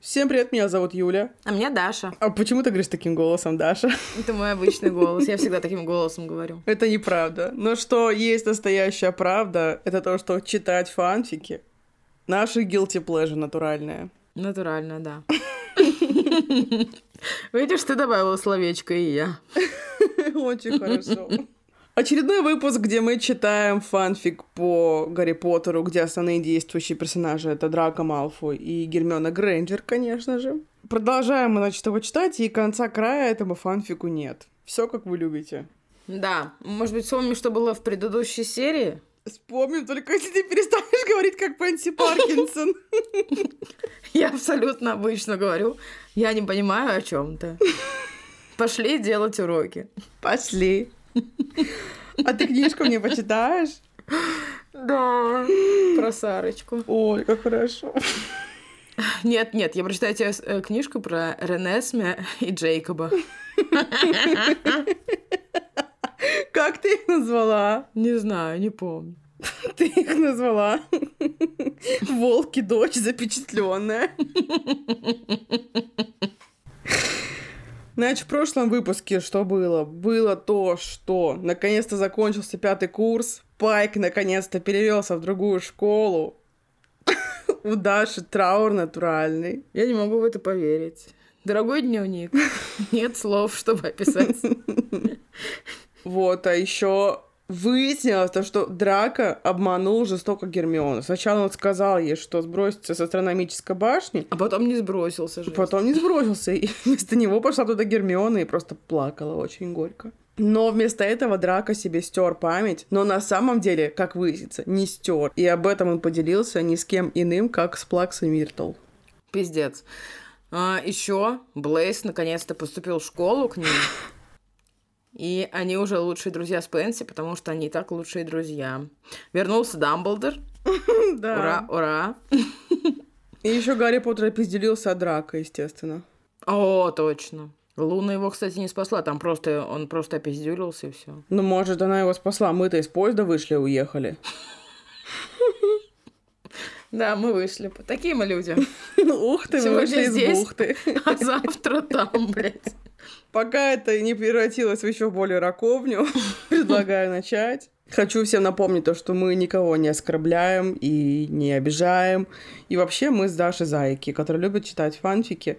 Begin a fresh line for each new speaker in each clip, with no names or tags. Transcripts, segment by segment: Всем привет, меня зовут Юля.
А меня Даша.
А почему ты говоришь таким голосом, Даша?
Это мой обычный голос. Я всегда таким голосом говорю.
Это неправда. Но что есть настоящая правда, это то, что читать фанфики — наши guilty pleasure натуральное.
Натурально, да. Видишь, ты добавила словечко и я.
Очень хорошо. Очередной выпуск, где мы читаем фанфик по Гарри Поттеру, где основные действующие персонажи — это Драко Малфой и Гермиона Грейнджер, конечно же. Продолжаем мы, значит, его читать, и конца края этому фанфику нет. Все как вы любите.
Да, может быть, вспомним, что было в предыдущей серии?
Вспомним, только если ты перестанешь говорить, как Пенси Паркинсон.
Я абсолютно обычно говорю. Я не понимаю, о чем ты. Пошли делать уроки.
Пошли. А ты книжку мне почитаешь?
Да. Про Сарочку.
Ой, как хорошо.
Нет, нет, я прочитаю тебе э, книжку про Ренесме и Джейкоба.
Как ты их назвала?
Не знаю, не помню.
Ты их назвала Волки дочь запечатленная. Значит, в прошлом выпуске что было? Было то, что наконец-то закончился пятый курс, Пайк наконец-то перевелся в другую школу. У Даши траур натуральный.
Я не могу в это поверить. Дорогой дневник, нет слов, чтобы описать.
Вот, а еще выяснилось то, что Драко обманул жестоко Гермиону. Сначала он сказал ей, что сбросится с астрономической башни,
А потом не сбросился же.
потом не сбросился, и вместо него пошла туда Гермиона и просто плакала очень горько. Но вместо этого Драко себе стер память, но на самом деле, как выяснится, не стер. И об этом он поделился ни с кем иным, как с Плаксой Миртл.
Пиздец. еще Блейс наконец-то поступил в школу к ним. И они уже лучшие друзья с Пенси, потому что они и так лучшие друзья. Вернулся Дамблдор.
Да.
Ура, ура.
И еще Гарри Поттер опизделился от Драко, естественно.
О, точно. Луна его, кстати, не спасла. Там просто он просто опиздюлился и все.
Ну, может, она его спасла. Мы-то из поезда вышли, уехали.
Да, мы вышли. Такие мы люди.
Ну, Ух ты, мы
Сегодня
вышли из
здесь.
бухты.
А завтра там, блядь.
Пока это не превратилось в еще более раковню, предлагаю начать. Хочу всем напомнить то, что мы никого не оскорбляем и не обижаем. И вообще мы с Дашей зайки, которые любят читать фанфики.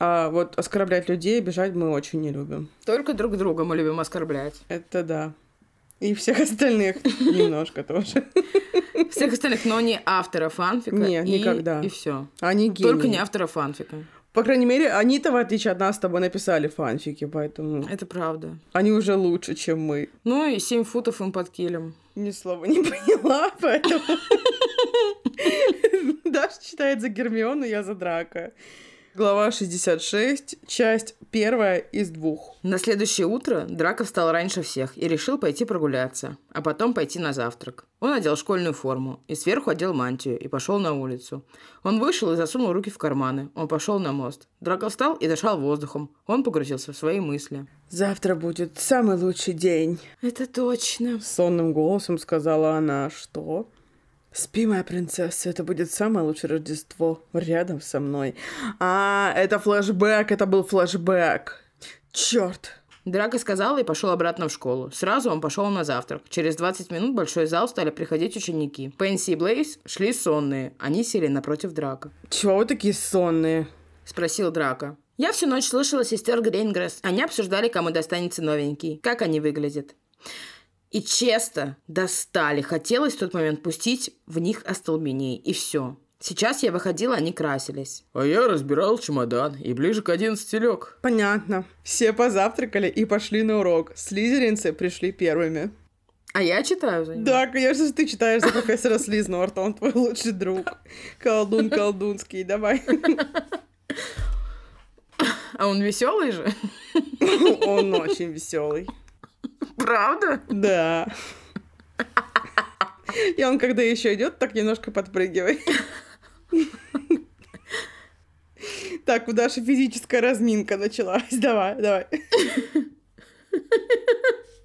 А вот оскорблять людей, обижать мы очень не любим.
Только друг друга мы любим оскорблять.
Это да. И всех остальных немножко тоже.
Всех остальных, но не автора фанфика.
Не,
и-
никогда.
И все.
Они гении.
Только не автора фанфика.
По крайней мере, они-то, в отличие от нас, с тобой написали фанфики, поэтому
Это правда.
они уже лучше, чем мы.
Ну и 7 футов им под килем.
Ни слова не поняла, поэтому... Даша читает за Гермиону, я за Драка. Глава 66, часть первая из двух.
На следующее утро Драко встал раньше всех и решил пойти прогуляться, а потом пойти на завтрак. Он одел школьную форму и сверху одел мантию и пошел на улицу. Он вышел и засунул руки в карманы. Он пошел на мост. Драко встал и дышал воздухом. Он погрузился в свои мысли.
«Завтра будет самый лучший день»,
Это
—
точно.
сонным голосом сказала она. «Что?» «Спи, моя принцесса, это будет самое лучшее Рождество рядом со мной». «А, это флешбэк, это был флешбэк. Черт!»
Драко сказал и пошел обратно в школу. Сразу он пошел на завтрак. Через 20 минут в большой зал стали приходить ученики. Пенси и Блейз шли сонные. Они сели напротив Драко.
«Чего вы такие сонные?»
Спросил Драко. Я всю ночь слышала сестер Грингресс. Они обсуждали, кому достанется новенький, как они выглядят. И честно, достали. Хотелось в тот момент пустить в них остолбеней. И все. Сейчас я выходила, они красились.
А я разбирал чемодан и ближе к одиннадцати лег.
Понятно. Все позавтракали и пошли на урок. Слизеринцы пришли первыми.
А я читаю за ними.
Да, конечно же, ты читаешь за профессора Слизнорта, он твой лучший друг. Колдун колдунский, давай.
А он веселый же.
Он очень веселый.
Правда?
Да. И он, когда еще идет, так немножко подпрыгивает. Так, у Даши физическая разминка началась. Давай, давай.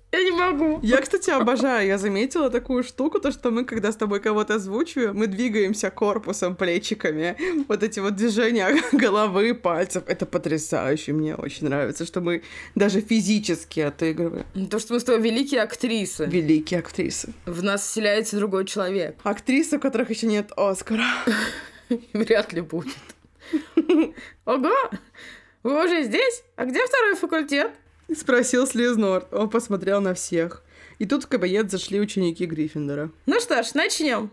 Я не могу.
Я, кстати, обожаю, я заметила такую штуку, то, что мы, когда с тобой кого-то озвучиваем, мы двигаемся корпусом, плечиками. Вот эти вот движения головы, пальцев. Это потрясающе, мне очень нравится, что мы даже физически отыгрываем.
То, что мы с тобой великие актрисы.
Великие актрисы.
В нас вселяется другой человек.
Актрисы, у которых еще нет Оскара.
Вряд ли будет. Ого! Вы уже здесь? А где второй факультет?
Спросил Слизнор. Он посмотрел на всех. И тут в кабинет зашли ученики Гриффиндора.
Ну что ж, начнем.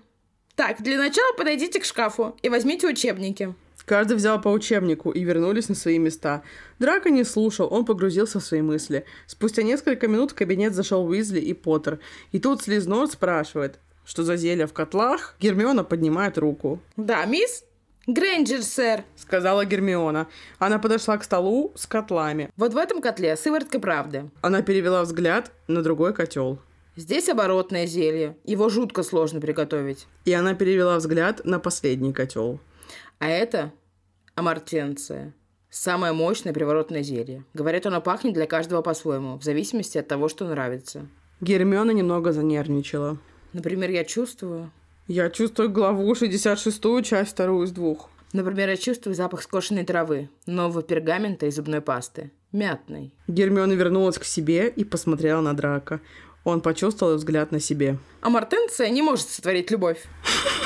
Так, для начала подойдите к шкафу и возьмите учебники.
Каждый взял по учебнику и вернулись на свои места. Драко не слушал, он погрузился в свои мысли. Спустя несколько минут в кабинет зашел Уизли и Поттер. И тут Слизнор спрашивает, что за зелье в котлах. Гермиона поднимает руку.
Да, мисс? Грэнджер, сэр.
— сказала Гермиона. Она подошла к столу с котлами.
Вот в этом котле сыворотка правды.
Она перевела взгляд на другой котел.
Здесь оборотное зелье. Его жутко сложно приготовить.
И она перевела взгляд на последний котел.
А это амортенция. Самое мощное приворотное зелье. Говорят, оно пахнет для каждого по-своему, в зависимости от того, что нравится.
Гермиона немного занервничала.
Например, я чувствую...
Я чувствую главу 66-ю, часть вторую из двух.
Например, я чувствую запах скошенной травы, нового пергамента и зубной пасты. Мятный.
Гермиона вернулась к себе и посмотрела на Драка. Он почувствовал взгляд на себе.
А мартенция не может сотворить любовь.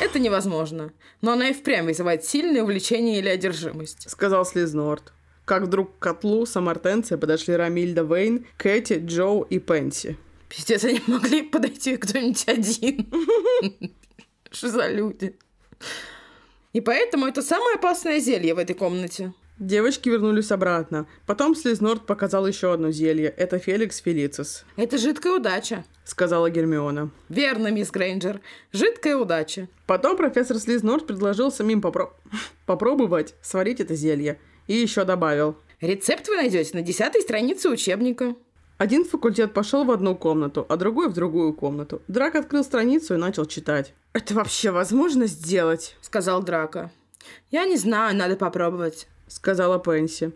Это невозможно. Но она и впрямь вызывает сильное увлечение или одержимость.
Сказал Слизнорд. Как вдруг к котлу самартенцы подошли Рамильда Вейн, Кэти, Джоу и Пенси.
Пиздец, они могли подойти кто-нибудь один. Что за люди? И поэтому это самое опасное зелье в этой комнате.
Девочки вернулись обратно. Потом Слизнорд показал еще одно зелье. Это Феликс Фелицис,
Это жидкая удача.
сказала Гермиона.
Верно, мисс Грейнджер. Жидкая удача.
Потом профессор Слизнорд предложил самим попро- попробовать сварить это зелье. И еще добавил.
Рецепт вы найдете на десятой странице учебника.
Один факультет пошел в одну комнату, а другой в другую комнату. Драк открыл страницу и начал читать. «Это вообще возможно сделать?»
Сказал Драко. Я не знаю, надо попробовать.
— сказала Пенси.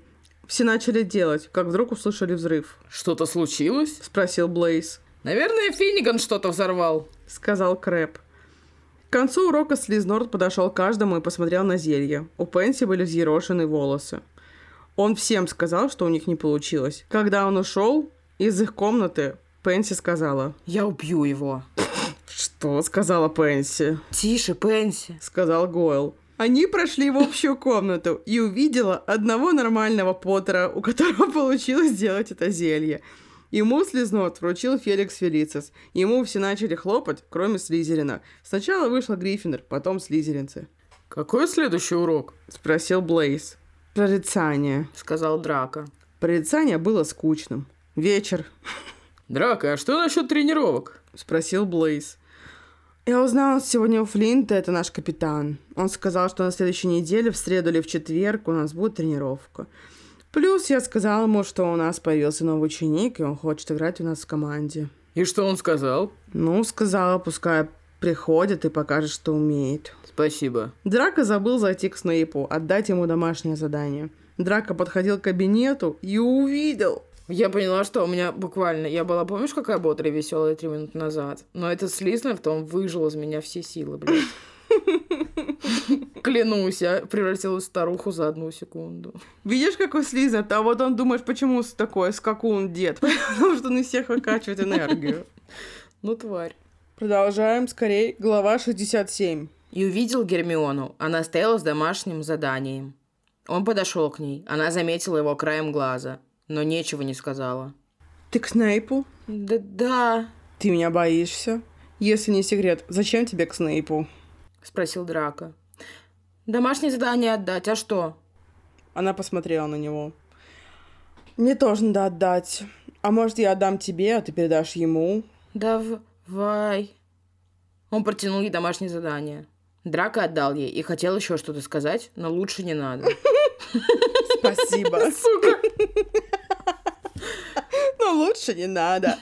Все начали делать, как вдруг услышали взрыв.
Что-то случилось?
Спросил Блейз.
Наверное, Финниган что-то взорвал.
Сказал Крэп. К концу урока Слизнорд подошел к каждому и посмотрел на зелье. У Пенси были взъерошены волосы. Он всем сказал, что у них не получилось. Когда он ушел из их комнаты, Пенси сказала.
Я убью его.
«Что?» — сказала Пенси.
Тише, Пенси.
— сказал Гойл. Они прошли в общую комнату и увидела одного нормального Поттера, у которого получилось сделать это зелье. Ему слизнот вручил Феликс Фелицис. Ему все начали хлопать, кроме Слизерина. Сначала вышла Гриффиндор, потом Слизеринцы.
Какой следующий урок?
Спросил Блейз. Прорицание.
Сказал Драко.
Прорицание было скучным. Вечер.
Драка, а что насчет тренировок?
Спросил Блейз. Я узнала сегодня у Флинта, это наш капитан. Он сказал, что на следующей неделе, в среду или в четверг, у нас будет тренировка. Плюс я сказала ему, что у нас появился новый ученик, и он хочет играть у нас в команде.
И что он сказал?
Ну, сказала, пускай приходит и покажет, что умеет.
Спасибо.
Драко забыл зайти к Снейпу, отдать ему домашнее задание. Драко подходил к кабинету и увидел.
Я поняла, что у меня буквально... Я была, помнишь, какая бодрая и веселая три минуты назад? Но этот Слизнард, он выжил из меня все силы, блядь. Клянусь, я превратилась в старуху за одну секунду.
Видишь, какой Слизер? А вот он думаешь, почему с такой скакун дед? Потому что он из всех выкачивает энергию.
Ну, тварь.
Продолжаем скорее. Глава 67.
И увидел Гермиону. Она стояла с домашним заданием. Он подошел к ней. Она заметила его краем глаза, но нечего не сказала.
Ты к Снейпу?
«Да-да»,
Ты меня боишься? Если не секрет, зачем тебе к Снейпу?
— спросил Драко. «Домашнее задание отдать, а что?»
Она посмотрела на него. Мне тоже надо отдать. А может, я отдам тебе, а ты передашь ему?
«Давай». Он протянул ей домашнее задание. Драко отдал ей и хотел еще что-то сказать, но лучше не надо.
Спасибо. Сука. Но лучше не надо.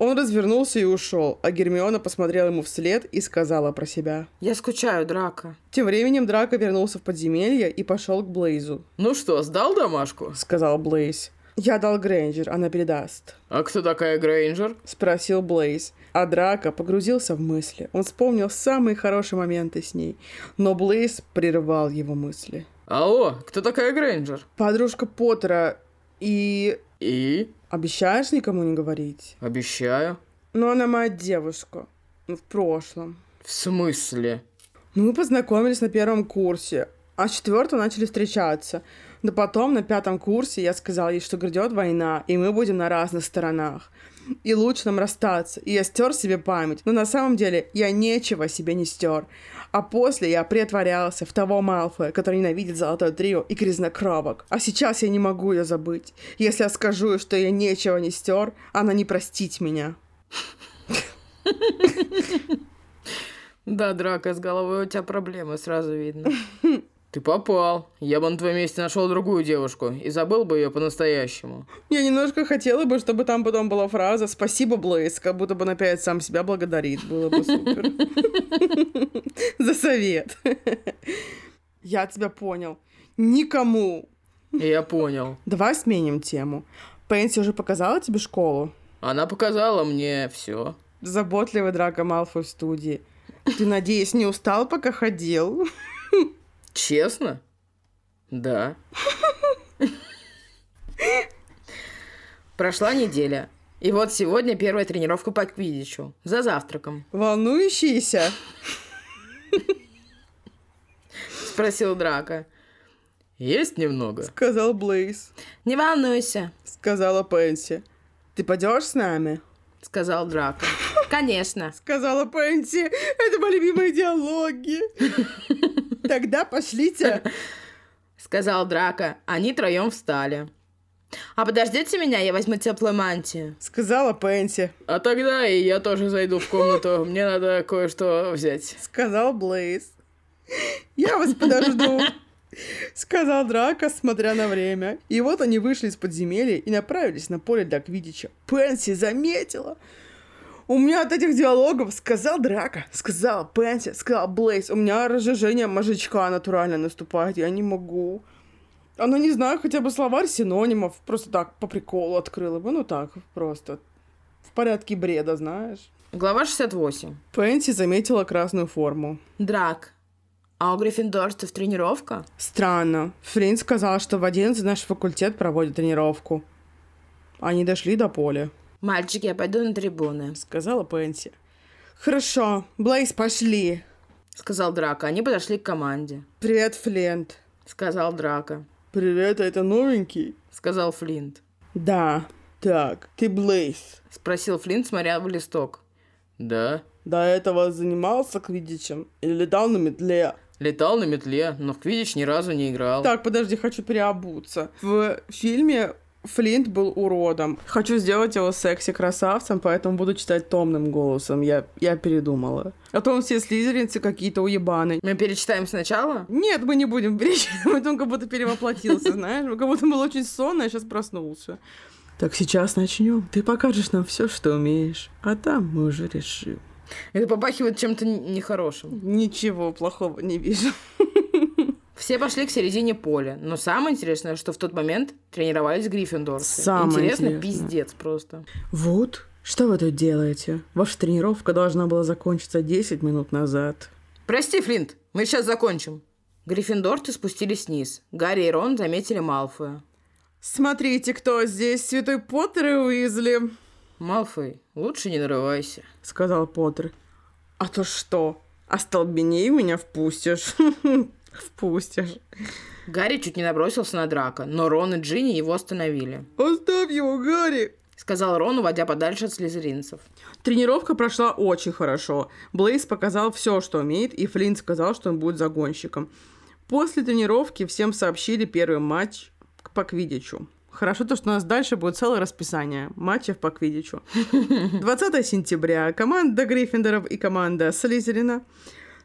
Он развернулся и ушел, а Гермиона посмотрела ему вслед и сказала про себя.
«Я скучаю, Драко».
Тем временем Драко вернулся в подземелье и пошел к Блейзу.
Ну что, сдал домашку?
— сказал Блейз. «Я дал Грейнджер, она передаст»,
А кто такая Грейнджер?
— спросил Блейз. А Драко погрузился в мысли. Он вспомнил самые хорошие моменты с ней. Но Блейз прервал его мысли.
Алло, кто такая Грейнджер?
«Подружка Поттера и...»
И?
«Обещаешь никому не говорить?»
Обещаю.
«Но она моя девушка. Ну, В прошлом».
В смысле?
Ну, мы познакомились на первом курсе, а с четвертого начали встречаться. Но потом на пятом курсе я сказала ей, что грядет война, и мы будем на разных сторонах. И лучше нам расстаться. И я стер себе память. Но на самом деле я нечего себе не стер. А после я притворялся в того Малфоя, который ненавидит Золотое Трио и Грязнокровок. А сейчас я не могу ее забыть. Если я скажу ей, что я нечего не стер, она не простит меня.
Да, драка с головой, у тебя проблемы, сразу видно.
Ты попал. Я бы на твоем месте нашел другую девушку и забыл бы ее по-настоящему.
Я немножко хотела бы, чтобы там потом была фраза «Спасибо, Блейз», как будто бы он опять сам себя благодарит. Было бы супер. За совет. Я тебя понял. Никому.
Я понял.
Давай сменим тему. Пенси уже показала тебе школу?
Она показала мне все.
Заботливый Драко Малфой в студии. Ты, надеюсь, не устал, пока ходил?
Честно? Да.
Прошла неделя. И вот сегодня первая тренировка по квидичу. За завтраком.
Волнующийся?
Спросил Драка.
Есть немного.
Сказал Блейз.
Не волнуйся,
Сказала Пенси. Ты пойдешь с нами?
сказал Драка. Конечно.
сказала Пенси. Это мои любимые диалоги. Тогда пошлите.
Сказал Драка. Они троем встали. А подождите меня, я возьму теплую мантию.
Сказала Пенси.
А тогда и я тоже зайду в комнату. Мне надо кое-что взять.
Сказал Блейз. Я вас подожду. Сказал Драка, смотря на время. И вот они вышли из подземелья и направились на поле для Квидича. Пенси заметила. У меня от этих диалогов сказал Драка, сказал Пенси, сказал Блейз. У меня разжижение мозжечка натурально наступает, я не могу. Она, не знаю, хотя бы словарь синонимов, просто так, по приколу открыла бы, ну так, просто. В порядке бреда, знаешь.
Глава 68.
Пенси заметила красную форму.
Драк. А у гриффиндорцев тренировка?
Странно. Флинн сказал, что в 11 наш факультет проводит тренировку. Они дошли до поля.
Мальчики, я пойду на трибуны.
Сказала Пенси. Хорошо, Блейз, пошли.
Сказал Драка. Они подошли к команде.
Привет, Флинт.
Сказал Драка.
Привет, а это новенький?
Сказал Флинт.
Да. Так, ты Блейз.
Спросил Флинт, смотря в листок.
Да.
До этого занимался квиддичем или летал на метле?
Летал на метле, но в квидич ни разу не играл.
Так, подожди, хочу переобуться. В фильме Флинт был уродом. Хочу сделать его секси-красавцем, поэтому буду читать томным голосом. Я, я передумала. А то он все слизеринцы какие-то уебаны.
Мы перечитаем сначала?
Нет, мы не будем перечитывать, он как будто перевоплотился, знаешь? Он Как будто был очень сонный, а сейчас проснулся. Так, сейчас начнем. Ты покажешь нам все, что умеешь, а там мы уже решим.
Это попахивает чем-то н- нехорошим.
Ничего плохого не вижу.
Все пошли к середине поля, но самое интересное, что в тот момент тренировались гриффиндорцы.
Самое
интересно,
интересное.
пиздец просто.
Вот, что вы тут делаете? Ваша тренировка должна была закончиться 10 минут назад.
Прости, Флинт, мы сейчас закончим. Гриффиндорцы спустились вниз. Гарри и Рон заметили Малфоя.
Смотрите, кто здесь, Святой Поттер и Уизли,
Малфой, лучше не нарывайся.
сказал Поттер. А то что? Остолбеней меня впустишь. Впустишь.
Гарри чуть не набросился на драка, но Рон и Джинни его остановили.
Оставь его, Гарри.
Сказал Рон, уводя подальше от слизеринцев.
Тренировка прошла очень хорошо. Блейз показал все, что умеет, и Флинт сказал, что он будет загонщиком. После тренировки всем сообщили первый матч к- по квидичу. Хорошо то, что у нас дальше будет целое расписание матчев по квидичу. 20 сентября команда Гриффиндоров и команда Слизерина.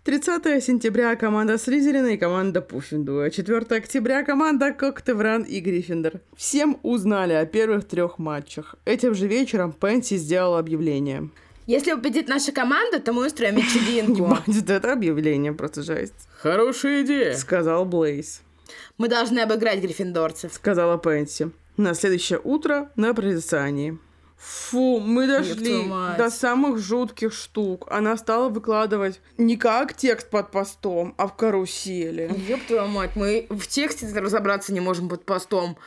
30 сентября команда Слизерина и команда Пуффиндуя. 4 октября команда Коктевран и Гриффиндор. Всем узнали о первых трех матчах. Этим же вечером Пенси сделала объявление.
Если победит наша команда, то мы устроим вечеринку.
Ебать, да это объявление просто жесть.
Хорошая идея.
Э.
Сказал Блейз.
Мы должны обыграть гриффиндорцев.
Сказала Пенси. На следующее утро на прорицании. Фу, мы дошли
твою мать.
до самых жутких штук. Она стала выкладывать не как текст под постом, а в карусели.
Ёб твою мать, мы в тексте разобраться не можем под постом.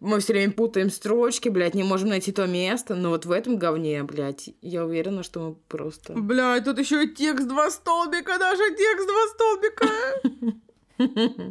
Мы все время путаем строчки, блядь, не можем найти то место. Но вот в этом говне, блядь, я уверена, что мы просто...
Бля, тут еще и текст два столбика, даже текст два столбика.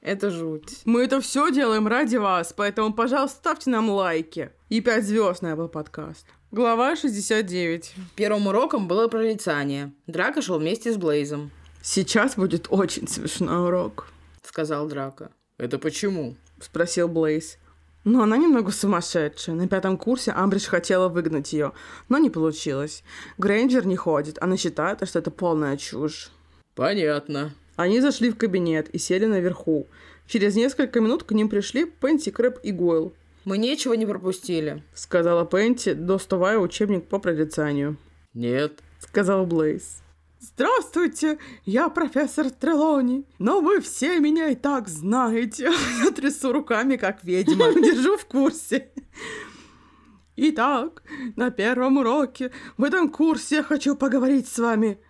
Это жуть.
Мы это все делаем ради вас, поэтому, пожалуйста, ставьте нам лайки. И 5 звезд на Apple Podcast. Глава 69.
Первым уроком было прорицание. Драка шел вместе с Блейзом,
Сейчас будет очень смешной урок,
сказал Драка.
Это почему?
спросил Блейз. Но она немного сумасшедшая. На пятом курсе Амбридж хотела выгнать ее, но не получилось. Грейнджер не ходит, она считает, что это полная чушь.
Понятно.
Они зашли в кабинет и сели наверху. Через несколько минут к ним пришли Пенти, Крэп и Гойл.
Мы ничего не пропустили.
Сказала Пенти, доставая учебник по прорицанию.
Нет.
— сказал Блейз. «Здравствуйте, я профессор Трелони, но вы все меня и так знаете. Я трясу руками, как ведьма, держу в курсе». «Итак, на первом уроке, в этом курсе я хочу поговорить с вами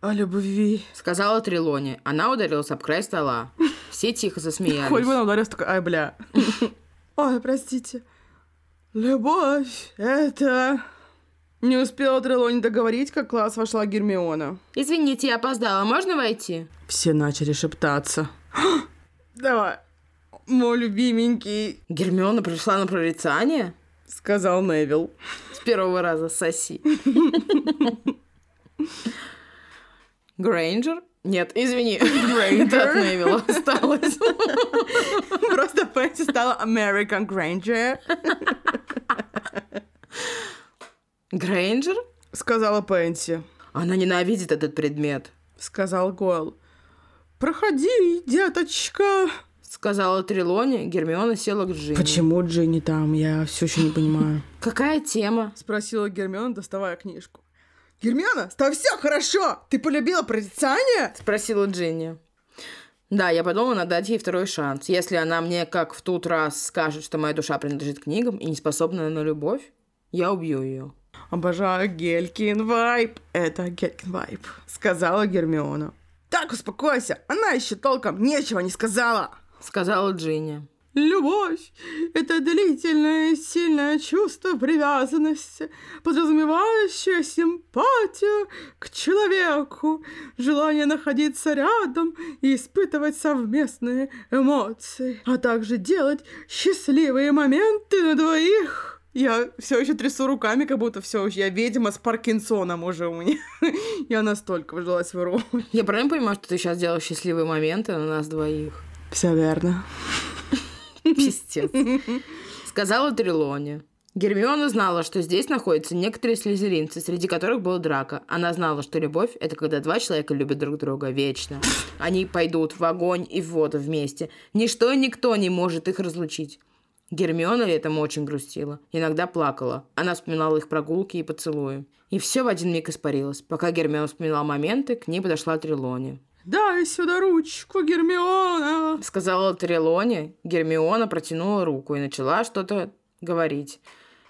о любви».
Сказала Трилони. Она ударилась об край стола. Все тихо
Хоть бы
засмеялись.
нам ударился такой, ай, бля. Ой, простите. Любовь — это... Не успела Трелони договорить, как в класс вошла Гермиона.
Извините, я опоздала. Можно войти?
Все начали шептаться. Давай, мой любименький,
Гермиона пришла на прорицание?
сказал Невил.
С первого раза соси. Грейнджер? Нет, извини. Это от Невилла осталось.
Просто Пенси стала American Granger,
Грейнджер?
сказала Пенси.
Она ненавидит этот предмет,
Сказал Гойл. Проходи, деточка.
сказала Трилони. Гермиона села к Джинни.
Джинни там? Я все еще не понимаю.
Какая тема?
Спросила Гермиона, доставая книжку. Гермиона, с тобой все хорошо. Ты полюбила прорицание?
Спросила Джинни. Да, я подумала, надо дать ей второй шанс. Если она мне, как в тот раз, скажет, что моя душа принадлежит книгам и не способна на любовь, я убью ее.
Обожаю Гелькин вайп. Это Гелькин вайп, сказала Гермиона. Так, успокойся, она еще толком нечего не сказала.
Сказала Джинни.
Любовь – это длительное и сильное чувство привязанности, подразумевающее симпатию к человеку, желание находиться рядом и испытывать совместные эмоции, а также делать счастливые моменты на двоих. Я все еще трясу руками, как будто все я ведьма с Паркинсоном уже у меня. Я настолько вжилась в роль.
Я правильно понимаю, что ты сейчас делаешь счастливые моменты на нас двоих?
Все верно.
Пиздец. Сказала Трилони. Гермиона знала, что здесь находятся некоторые слизеринцы, среди которых был драка. Она знала, что любовь — это когда два человека любят друг друга вечно. Они пойдут в огонь и в воду вместе. Ничто и никто не может их разлучить. Гермиона этому очень грустила. Иногда плакала. Она вспоминала их прогулки и поцелуи. И все в один миг испарилось. Пока Гермиона вспоминала моменты, к ней подошла Трилони.
Дай сюда ручку, Гермиона.
Сказала Трелоне, Гермиона протянула руку и начала что-то говорить.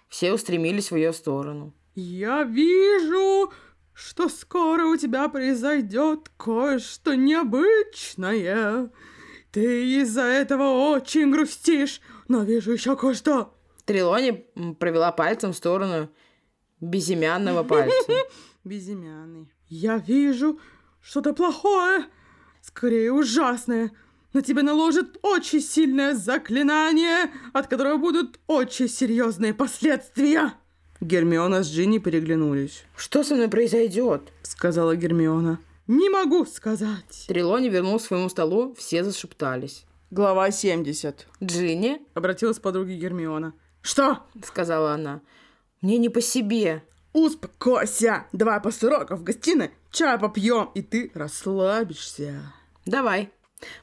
Все устремились в ее сторону.
Я вижу, что скоро у тебя произойдет кое-что необычное. Ты из-за этого очень грустишь, но вижу еще кое-что.
Трелоне м, провела пальцем в сторону безымянного пальца.
Безымянный. Я вижу что-то плохое, скорее ужасное. На тебя наложат очень сильное заклинание, от которого будут очень серьезные последствия. Гермиона с Джинни переглянулись.
Что со мной произойдет?
— сказала Гермиона. «Не могу сказать».
Трелоне вернулась к своему столу, все зашептались.
Глава 70.
Джинни,
Обратилась к подруге Гермиона. «Что?»
сказала она, мне не по себе.
«Успокойся! Давай после урока в гостиной чай попьем, и ты расслабишься».
Давай.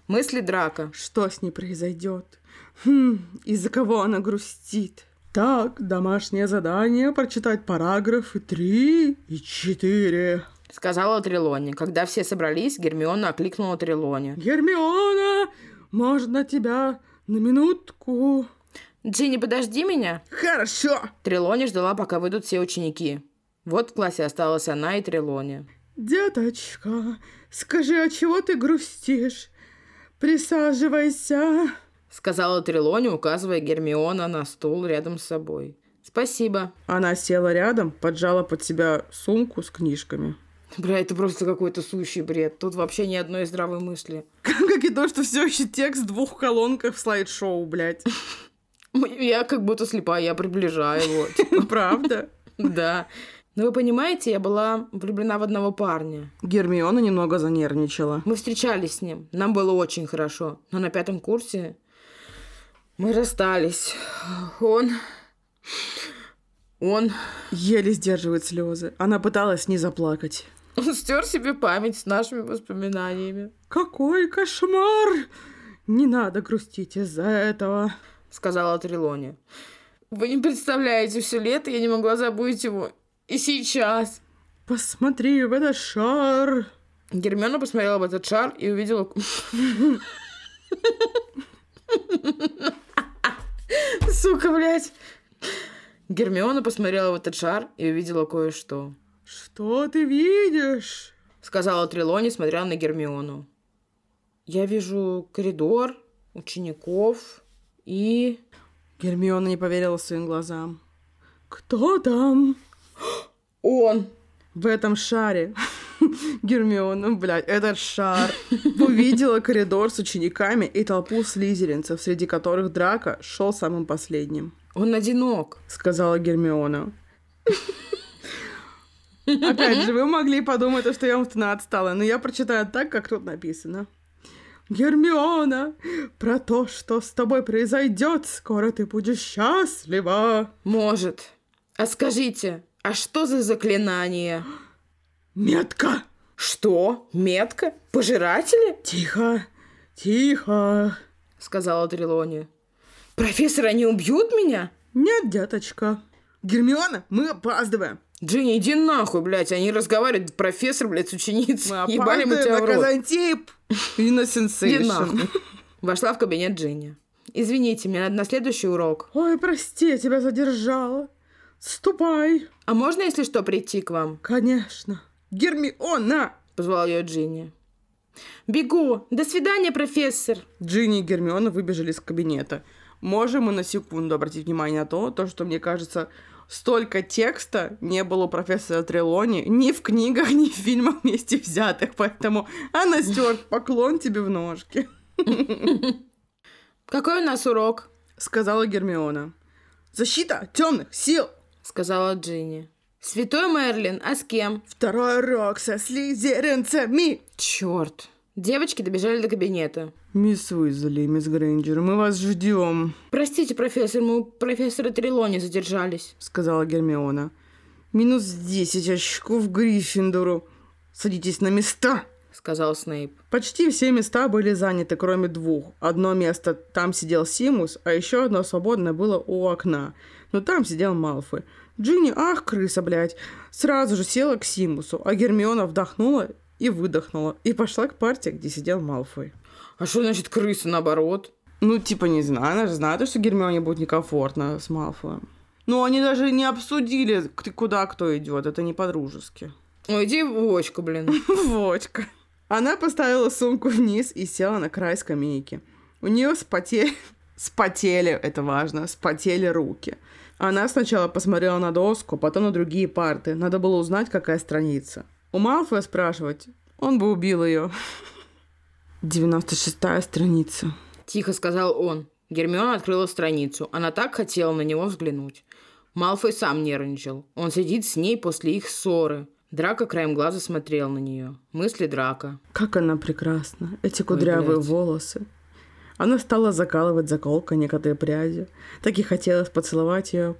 Мысли драка.
Что с ней произойдет? Хм, из-за кого она грустит? Так, домашнее задание прочитать параграфы 3 и 4.
Сказала Трелоне. Когда все собрались, Гермиона окликнула Трелоне.
Гермиона, можно тебя на минутку?
«Джинни, подожди меня!»
Хорошо!
Трелони ждала, пока выйдут все ученики. Вот в классе осталась она и Трелони.
Деточка, скажи, а чего ты грустишь? Присаживайся.
Сказала Трелони, указывая Гермиона на стул рядом с собой. «Спасибо».
Она села рядом, поджала под себя сумку с книжками.
Бля, это просто какой-то сущий бред. Тут вообще ни одной здравой мысли.
Как и то, что все еще текст в двух колонках в слайд-шоу, блядь.
Я как будто слепая, я приближаю его. типа.
Ну, Правда?
Да. Но вы понимаете, я была влюблена в одного парня.
Гермиона немного занервничала.
Мы встречались с ним, нам было очень хорошо. Но на пятом курсе мы расстались. Он... Он...
Еле сдерживает слезы. Она пыталась не заплакать.
Он стер себе память с нашими воспоминаниями.
Какой кошмар! Не надо грустить из-за этого.
Сказала Трилони. Вы не представляете, все лето я не могла забыть его. И сейчас.
Посмотри в этот шар.
Гермиона посмотрела в этот шар и увидела... Сука, блядь. Гермиона посмотрела в этот шар и увидела кое-что.
Что ты видишь?
Сказала Трелони, смотря на Гермиону. Я вижу коридор, учеников и...
Гермиона не поверила своим глазам. Кто там?
Он.
В этом шаре. Гермиона, блядь, этот шар. Увидела коридор с учениками и толпу слизеринцев, среди которых Драка шел самым последним.
Он одинок.
Сказала Гермиона. Опять же, вы могли подумать, то, что я умственно отстала, но я прочитаю так, как тут написано. Гермиона, про то, что с тобой произойдет, скоро ты будешь счастлива.
Может. А скажите, а что за заклинание?
Метка!
Что? Метка? Пожиратели?
Тихо, тихо.
Сказала Трилони. Профессор, они убьют меня?
Нет, деточка. Гермиона, мы опаздываем.
Джинни, иди нахуй, блядь, они разговаривают, профессор, блядь, с ученицей.
Мы
Ебали мы тебя
опаздываем
в
на
рот.
Казантип и на
Иди
Сенсейшн.
нахуй. Вошла в кабинет Джинни. Извините, мне надо на следующий урок.
Ой, прости, я тебя задержала. Ступай.
А можно, если что, прийти к вам?
Конечно. Гермиона!
Позвал ее Джинни. Бегу. До свидания, профессор.
Джинни и Гермиона выбежали из кабинета. Можем мы на секунду обратить внимание на то, то, что, мне кажется, столько текста не было у профессора Трелони ни в книгах, ни в фильмах вместе взятых, поэтому она стерт поклон тебе в ножки,
Какой у нас урок?
сказала Гермиона. Защита темных сил!
Сказала Джинни. Святой Мерлин, а с кем?
Второй урок со слизеринцами!
Черт. Девочки добежали до кабинета.
Мисс Уизли, мисс Грейнджер, мы вас ждем,
Простите, профессор, мы у профессора Трелони задержались.
сказала Гермиона. Минус 10 очков Гриффиндору. Садитесь на места!
Сказал Снейп.
Почти все места были заняты, кроме двух. Одно место там сидел Симус, а еще одно свободное было у окна. Но там сидел Малфой. Джинни, ах, крыса, блядь, сразу же села к Симусу, а Гермиона вдохнула и выдохнула, и пошла к парте, где сидел Малфой.
А что значит крыса наоборот?
Ну, типа, не знаю, она же знает, что Гермионе будет некомфортно с Малфоем. Но они даже не обсудили, к- куда кто идет, это не по-дружески.
Ой, иди в очко, блин.
Вочка. Она поставила сумку вниз и села на край скамейки. У нее спотели... Спотели, это важно, спотели руки. Она сначала посмотрела на доску, потом на другие парты. Надо было узнать, какая страница. У Малфоя спрашивать, он бы убил ее. 96-я страница.
Тихо сказал он. Гермиона открыла страницу. Она так хотела на него взглянуть. Малфой сам нервничал. Он сидит с ней после их ссоры. Драка краем глаза смотрел на нее. Мысли Драка.
Как она прекрасна, эти кудрявые
блядь.
волосы. Она стала закалывать заколка некоторые пряди. Так и хотелось поцеловать ее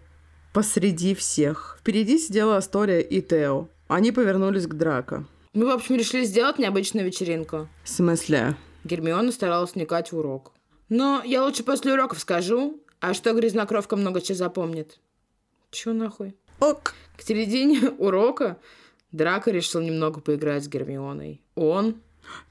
посреди всех. Впереди сидела Астория и Тео. Они повернулись к Драко.
Мы, в общем, решили сделать необычную вечеринку.
В смысле?
Гермиона старалась вникать в урок. Но я лучше после уроков скажу. А что грязнокровка много чего запомнит? Чё нахуй?
Ок.
К середине урока Драко решил немного поиграть с Гермионой. Он...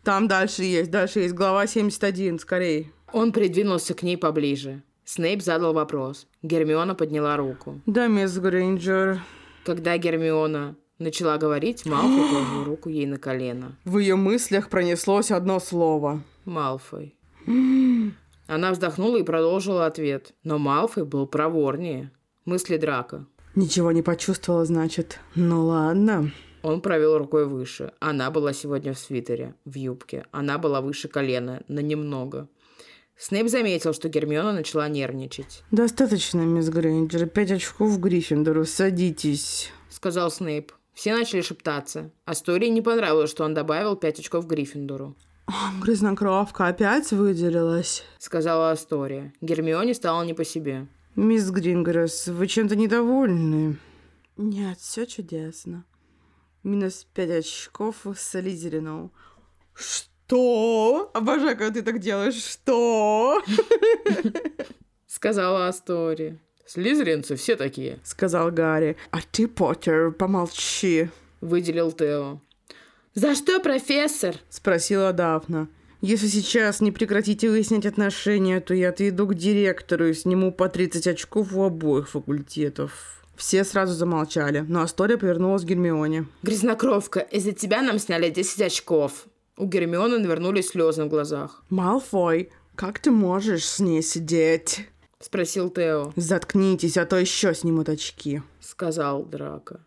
Там дальше есть, дальше есть глава 71, скорее.
Он придвинулся к ней поближе. Снейп задал вопрос. Гермиона подняла руку.
Да, мисс Грейнджер.
Когда Гермиона начала говорить, Малфой положил руку ей на колено.
В ее мыслях пронеслось одно слово.
Малфой. Она вздохнула и продолжила ответ. Но Малфой был проворнее. Мысли драка.
Ничего не почувствовала, значит. Ну ладно.
Он провел рукой выше. Она была сегодня в свитере, в юбке. Она была выше колена, на немного. Снейп заметил, что Гермиона начала нервничать.
Достаточно, мисс Грейнджер. Пять очков Гриффиндору. Садитесь.
Сказал Снейп. Все начали шептаться. Астории не понравилось, что он добавил пять очков Гриффиндору.
«А, Грязнокровка опять выделилась.
Сказала Астория. Гермионе стало не по себе.
Мисс Грингресс, вы чем-то недовольны? Нет, все чудесно. Минус пять очков Слизерину. Что? Обожаю, когда ты так делаешь. Что?
Сказала Астория.
Слизеринцы все такие.
Сказал Гарри. А ты, Поттер, помолчи.
Выделил Тео. «За что, профессор?»
Спросила Дафна. Если сейчас не прекратите выяснять отношения, то я отведу к директору и сниму по 30 очков у обоих факультетов. Все сразу замолчали, но Астория повернулась к Гермионе.
«Грязнокровка, из-за тебя нам сняли 10 очков». У Гермионы навернулись слезы в глазах.
«Малфой, как ты можешь с ней сидеть?»
Спросил Тео.
«Заткнитесь, а то еще снимут очки»,
Сказал Драко.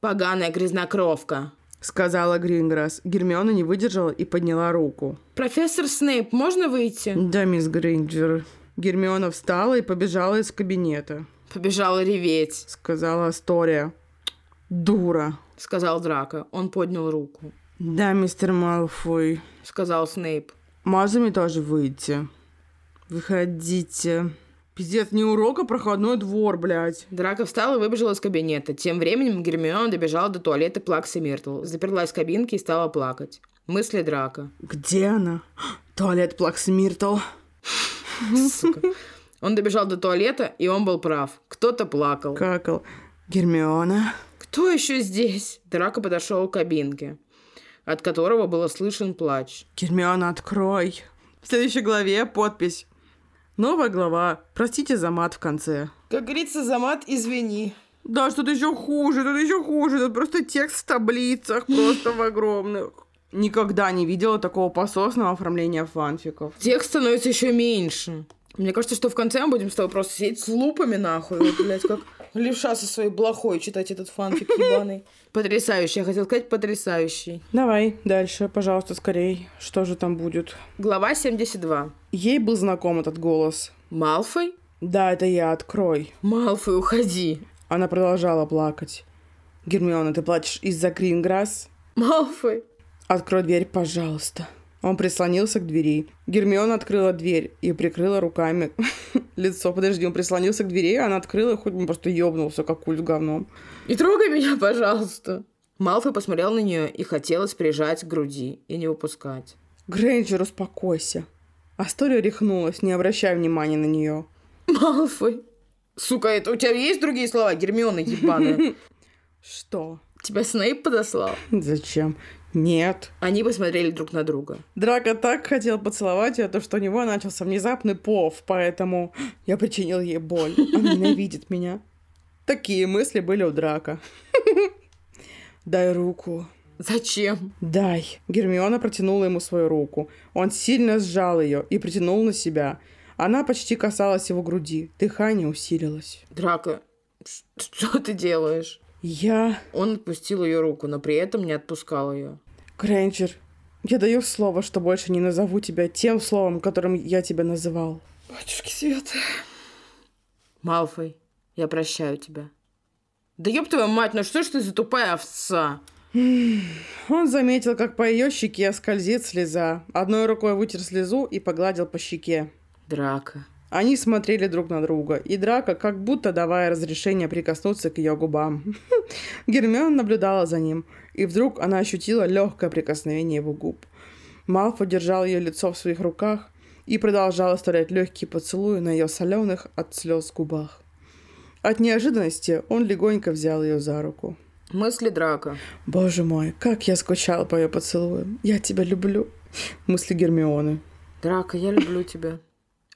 «Поганая грязнокровка!»
сказала Гринграсс. Гермиона не выдержала и подняла руку.
«Профессор Снейп, можно выйти?»
«Да, мисс Грейнджер». Гермиона встала и побежала из кабинета.
Побежала реветь.
Сказала Астория. Дура.
— сказал Драко. Он поднял руку.
Да, мистер Малфой.
— сказал Снейп.
Мазами тоже выйти. Выходите. Пиздец, не урок, а проходной двор, блядь.
Драко встал и выбежал из кабинета. Тем временем Гермиона добежала до туалета Плаксы Миртл, заперлась в кабинке и стала плакать. Мысли Драко.
Где она? Туалет Плакс Миртл.
Сука. Он добежал до туалета, и он был прав. Кто-то плакал.
Какал. Гермиона.
Кто еще здесь? Драко подошел к кабинке, от которого было слышен плач.
Гермиона, открой. В следующей главе подпись. Новая глава. Простите за мат в конце.
Как говорится, за мат извини.
Да, что-то еще хуже, тут еще хуже. Тут просто текст в таблицах, просто в огромных. Никогда не видела такого пососного оформления фанфиков.
Текст становится еще меньше. Мне кажется, что в конце мы будем с тобой просто сидеть с лупами нахуй. Вот, блядь, как левша со своей блохой читать этот фанфик ебаный. Потрясающий. Я хотела сказать потрясающий.
Давай дальше, пожалуйста, скорей. Что же там будет?
Глава 72.
Ей был знаком этот голос.
Малфой?
Да, это я, открой.
Малфой, уходи.
Она продолжала плакать. Гермиона, ты плачешь из-за Кринграсс?
Малфой.
Открой дверь, пожалуйста. Он прислонился к двери. Гермиона открыла дверь и прикрыла руками лицо. Подожди, он прислонился к двери, она открыла, хоть он просто ёбнулся, как куль с говном.
Не трогай меня, пожалуйста. Малфой посмотрел на нее и хотелось прижать к груди и не выпускать.
Грейнджер, успокойся. Астория рехнулась, не обращая внимания на нее.
Малфой. Сука, это у тебя есть другие слова? Гермиона ебаная.
Что?
Тебя Снейп подослал?
Зачем? Нет.
Они посмотрели друг на друга.
Драка так хотел поцеловать ее, то что у него начался внезапный пов, поэтому я причинил ей боль. Он ненавидит меня. Такие мысли были у Драка. Дай руку.
Зачем?
Дай. Гермиона протянула ему свою руку. Он сильно сжал ее и притянул на себя. Она почти касалась его груди. Дыхание усилилось.
Драка, ш- что ты делаешь?
Я...
Он отпустил ее руку, но при этом не отпускал ее.
Грейнджер, я даю слово, что больше не назову тебя тем словом, которым я тебя называл.
Батюшки свет. Малфой, я прощаю тебя. Да ёб твою мать, ну что ж ты за тупая овца?
Он заметил, как по ее щеке скользит слеза. Одной рукой вытер слезу и погладил по щеке.
Драка.
Они смотрели друг на друга, и Драка, как будто давая разрешение прикоснуться к ее губам. Гермиона наблюдала за ним, и вдруг она ощутила легкое прикосновение его губ. Малфо держал ее лицо в своих руках и продолжал оставлять легкие поцелуи на ее соленых от слез губах. От неожиданности он легонько взял ее за руку.
Мысли Драка.
«Боже мой, как я скучала по ее поцелуям! Я тебя люблю!» Мысли Гермионы.
Драка, я люблю тебя.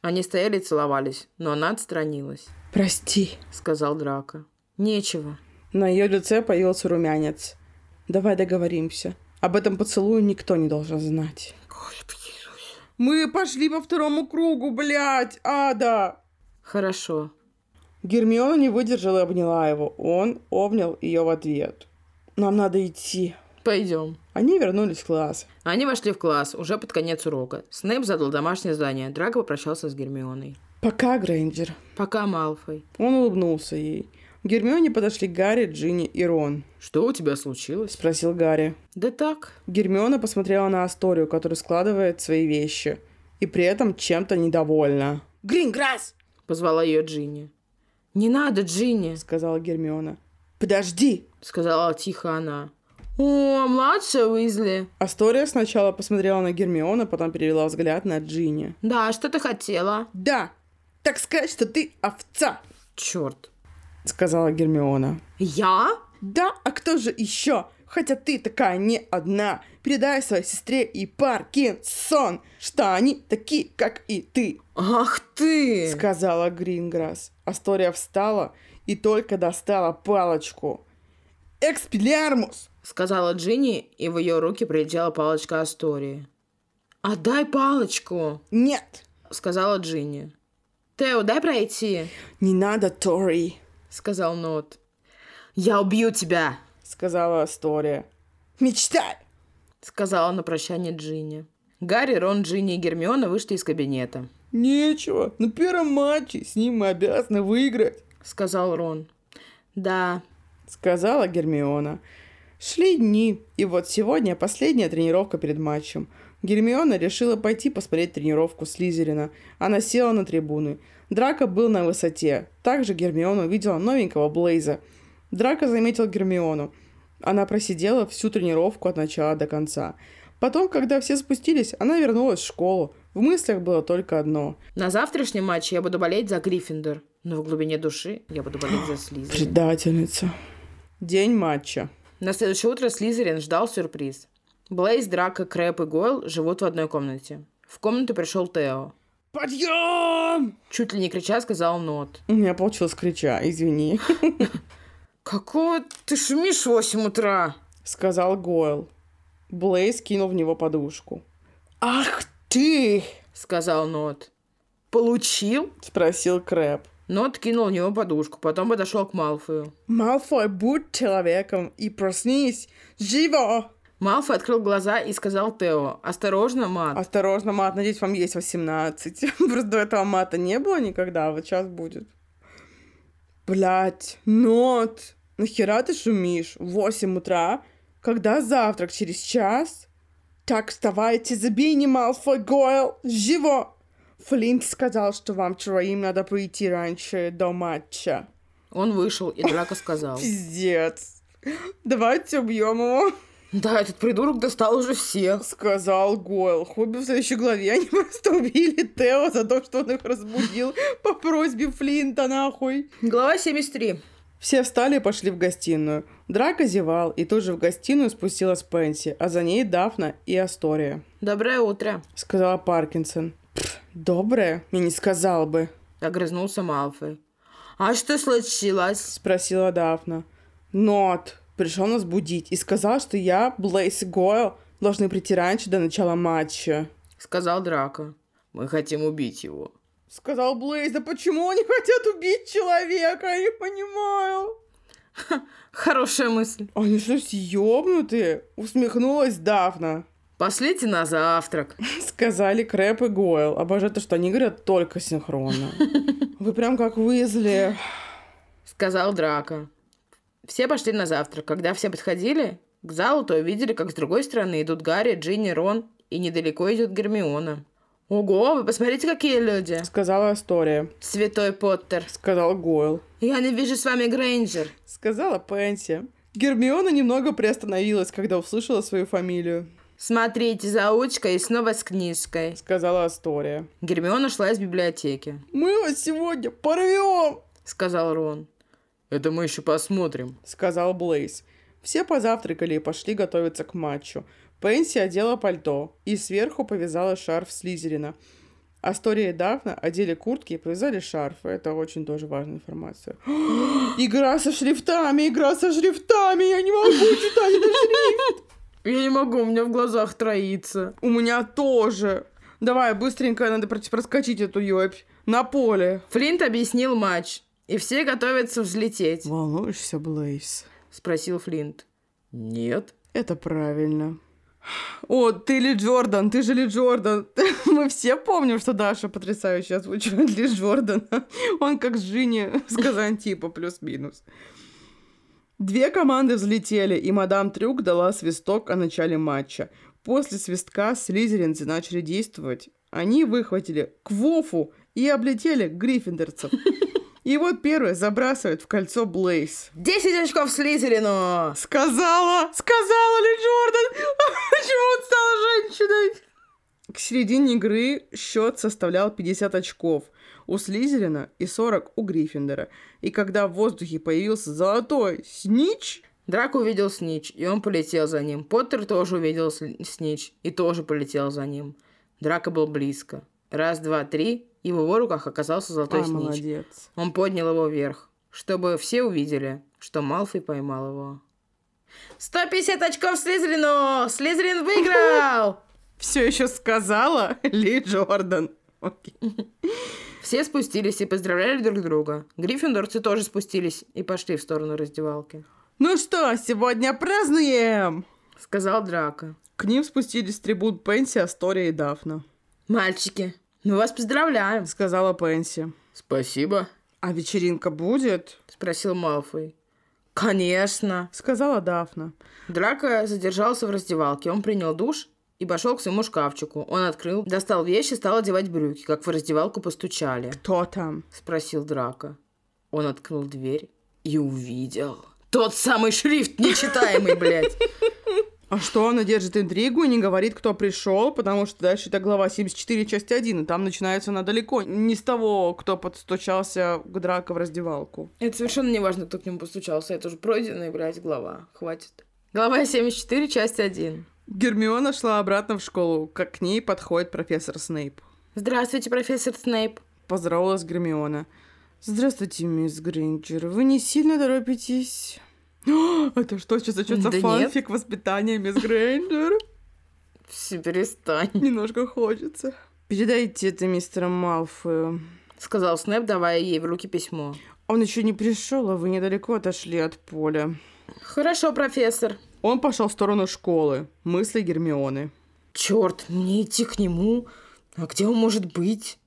Они стояли и целовались, но она отстранилась,
Прости.
сказал Драко. Нечего.
На ее лице появился румянец. Давай договоримся. Об этом поцелую никто не должен знать. Мы пошли по второму кругу, блядь, ада!
Хорошо.
Гермиона не выдержала и обняла его. Он обнял ее в ответ. Нам надо идти.
Пойдем.
Они вернулись в класс.
Они вошли в класс уже под конец урока. Снейп задал домашнее задание. Драко попрощался с Гермионой.
Пока, Грейнджер.
Пока, Малфой.
Он улыбнулся ей. К Гермионе подошли Гарри, Джинни и Рон.
Что у тебя случилось?
Спросил Гарри.
Да так.
Гермиона посмотрела на Асторию, который складывает свои вещи. И при этом чем-то недовольна. «Гринграсс!»
Позвала ее Джинни. Не надо,
—
Джинни,
сказала Гермиона. «Подожди!»
сказала тихо она. О, младшая Уизли.
Астория сначала посмотрела на Гермиона, потом перевела взгляд на Джинни.
Да, что ты хотела?
«Да! Так сказать, что ты овца!»
Черт.
— сказала Гермиона.
Я?
«Да, а кто же еще? Хотя ты такая не одна. Передай своей сестре и Паркинсон, что они такие, как и ты»,
Ах ты!
— сказала Гринграсс. Астория встала и только достала палочку. «Экспилярмус!»
сказала Джинни, и в ее руки прилетела палочка Астории. «Отдай палочку!»
«Нет!
— сказала Джинни. «Тео, дай пройти!»
Не надо, Тори!»
— сказал Нот. «Я убью тебя!»
— сказала Астория. «Мечтай!»
— сказала на прощание Джинни. Гарри, Рон, Джинни и Гермиона вышли из кабинета.
«Нечего! На первом матче с ним мы обязаны выиграть!»
— сказал Рон. «Да,
— сказала Гермиона. Шли дни, и вот сегодня последняя тренировка перед матчем. Гермиона решила пойти посмотреть тренировку Слизерина. Она села на трибуны. Драка был на высоте. Также Гермиона увидела новенького Блейза. Драка заметил Гермиону. Она просидела всю тренировку от начала до конца. Потом, когда все спустились, она вернулась в школу. В мыслях было только одно.
на завтрашнем матче я буду болеть за Гриффиндор, но в глубине души я буду болеть за Слизерин».
Предательница. День матча.
На следующее утро Слизерин ждал сюрприз. Блейз, Драко, Крэп и Гойл живут в одной комнате. В комнату пришел Тео.
Подъем!
Чуть ли не крича сказал Нот.
У меня получилось крича, извини.
Какого ты шумишь в 8 утра?
— сказал Гойл. Блейз кинул в него подушку. «Ах ты!»
Сказал Нот. Получил?
— спросил Крэп.
Нот кинул в него подушку, потом подошел к Малфою.
«Малфой, будь человеком и проснись! Живо!»
Малфой открыл глаза и сказал Тео, осторожно, мат.
Осторожно, мат, надеюсь, вам есть 18. Просто до этого мата не было никогда, а вот сейчас будет. Блять, нот! Нахера ты шумишь? В 8 утра? Когда завтрак? Через час? Так, вставайте, забей, Малфой Гойл! Живо! Флинт сказал, что вам троим надо прийти раньше до матча.
Он вышел, и Драко сказал.
Пиздец. Давайте убьем его,
Да, этот придурок достал уже всех.
сказал Гойл. Хобби в следующей главе они просто убили Тео за то, что он их разбудил по просьбе Флинта, нахуй.
Глава 73.
Все встали и пошли в гостиную. Драко зевал, и тут же в гостиную спустилась Пенси, а за ней Дафна и Астория.
Доброе утро,
Сказала Паркинсон. «Пф, «Доброе? Я не сказал бы»,
огрызнулся Малфой. А что случилось?
спросила Дафна. «Нот пришел нас будить и сказал, что я, Блейс и Гойл должны прийти раньше до начала матча».
Сказал Драко.
Мы хотим убить его.
Сказал Блейз, да почему они хотят убить человека? Я не понимаю.
Хорошая мысль.
Они что, съебнутые? Усмехнулась Дафна.
Пошлите на завтрак.
Сказали Крэп и Гойл. Обожаю то, что они говорят только синхронно. Вы прям как Уизли.
сказал Драко. Все пошли на завтрак. Когда все подходили к залу, то увидели, как с другой стороны идут Гарри, Джинни, Рон, и недалеко идет Гермиона. Ого, вы посмотрите, какие люди!
Сказала Астория.
Святой Поттер.
Сказал Гойл.
Я не вижу с вами Грейнджер.
Сказала Пенси. Гермиона немного приостановилась, когда услышала свою фамилию.
Смотрите, заучка и снова с книжкой.
Сказала Астория.
Гермиона шла из библиотеки,
Мы вас сегодня порвем!
сказал Рон.
Это мы еще посмотрим.
— сказал Блейз. Все позавтракали и пошли готовиться к матчу. Пенси одела пальто и сверху повязала шарф Слизерина. Астория и Дафна одели куртки и повязали шарфы. Это очень тоже важная информация. игра со шрифтами, игра со шрифтами, я не могу читать этот шрифт.
Я не могу, у меня в глазах троится.
У меня тоже. Давай, быстренько надо проч- проскочить эту ёбь. На поле.
Флинт объяснил матч, и все готовятся взлететь,
Волнуешься, Блейс?
спросил Флинт. Нет.
Это правильно. О, ты Ли Джордан, ты же Ли Джордан. Мы все помним, что Даша потрясающе озвучивает Ли Джордана. Он как Жини с Казантипа, плюс-минус. Две команды взлетели, и мадам Трюк дала свисток о начале матча. После свистка слизеринцы начали действовать. Они выхватили Квофу и облетели гриффиндерцев. И вот первый забрасывает в кольцо Блейс.
10 очков Слизерину!
Сказала! Сказала ли Джордан? Почему он стал женщиной? К середине игры счет составлял 50 очков у Слизерина и 40 у Гриффиндора. И когда в воздухе появился золотой снич,
Драк увидел Снич, и он полетел за ним. Поттер тоже увидел Сли- Снич и тоже полетел за ним. Драка был близко. Раз, два, три, и в его руках оказался золотой
а,
Снич.
молодец.
Он поднял его вверх, чтобы все увидели, что Малфой поймал его. 150 очков Слизерину! Слизерин выиграл!
Все еще сказала Ли Джордан. Окей.
Все спустились и поздравляли друг друга. Гриффиндорцы тоже спустились и пошли в сторону раздевалки.
Ну что, сегодня празднуем!
Сказал Драко.
К ним спустились трибун Пенси, Астория и Дафна.
Мальчики, мы вас поздравляем,
Сказала Пенси.
Спасибо.
А вечеринка будет?
спросил Малфой. Конечно.
Сказала Дафна.
Драко задержался в раздевалке. Он принял душ и пошел к своему шкафчику. Он открыл, достал вещи, стал одевать брюки, как в раздевалку постучали.
Кто там?
Спросил Драко. Он открыл дверь и увидел. Тот самый шрифт нечитаемый, блядь.
А что она держит интригу и не говорит, кто пришел, потому что дальше это глава 74, часть 1, и там начинается она далеко не с того, кто подстучался к драко в раздевалку.
Это совершенно не важно, кто к нему постучался. Это уже пройденная, блядь, глава. Хватит. Глава 74, часть 1.
Гермиона шла обратно в школу, как к ней подходит профессор Снейп.
Здравствуйте, профессор Снейп.
Поздоровалась Гермиона. «Здравствуйте, мисс Гринджер. Вы не сильно торопитесь?» «О, Это что, сейчас начнется
Да нет.
фанфик воспитания мисс Грейнджер?
Все, перестань.
Немножко хочется. Передайте это мистеру Малфою.
Сказал Снейп, давая ей в руки письмо.
Он еще не пришел, а вы недалеко отошли от поля.
Хорошо, профессор.
Он пошел в сторону школы. Мысли Гермионы.
Черт, мне идти к нему. А где он может быть?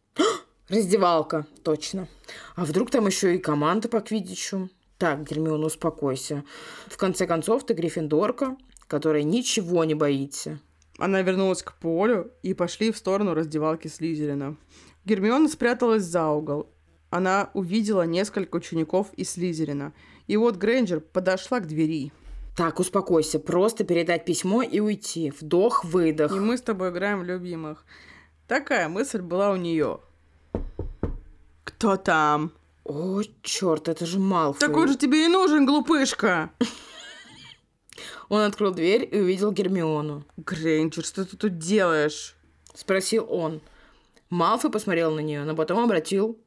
Раздевалка, точно. А вдруг там еще и команда по квиддичу? Так, Гермиона, успокойся. В конце концов, ты Гриффиндорка, которая ничего не боится.
Она вернулась к полю и пошли в сторону раздевалки Слизерина. Гермиона спряталась за угол. Она увидела несколько учеников из Слизерина. И вот Грейнджер подошла к двери.
Так, успокойся, просто передать письмо и уйти. Вдох-выдох.
И мы с тобой играем в любимых. Такая мысль была у нее. Кто там?
О, черт, это же Малфой.
Такой же тебе и нужен, глупышка!
Он открыл дверь и увидел Гермиону.
Грейнджер, что ты тут делаешь?
Спросил он. Малфой посмотрел на нее, но потом обратил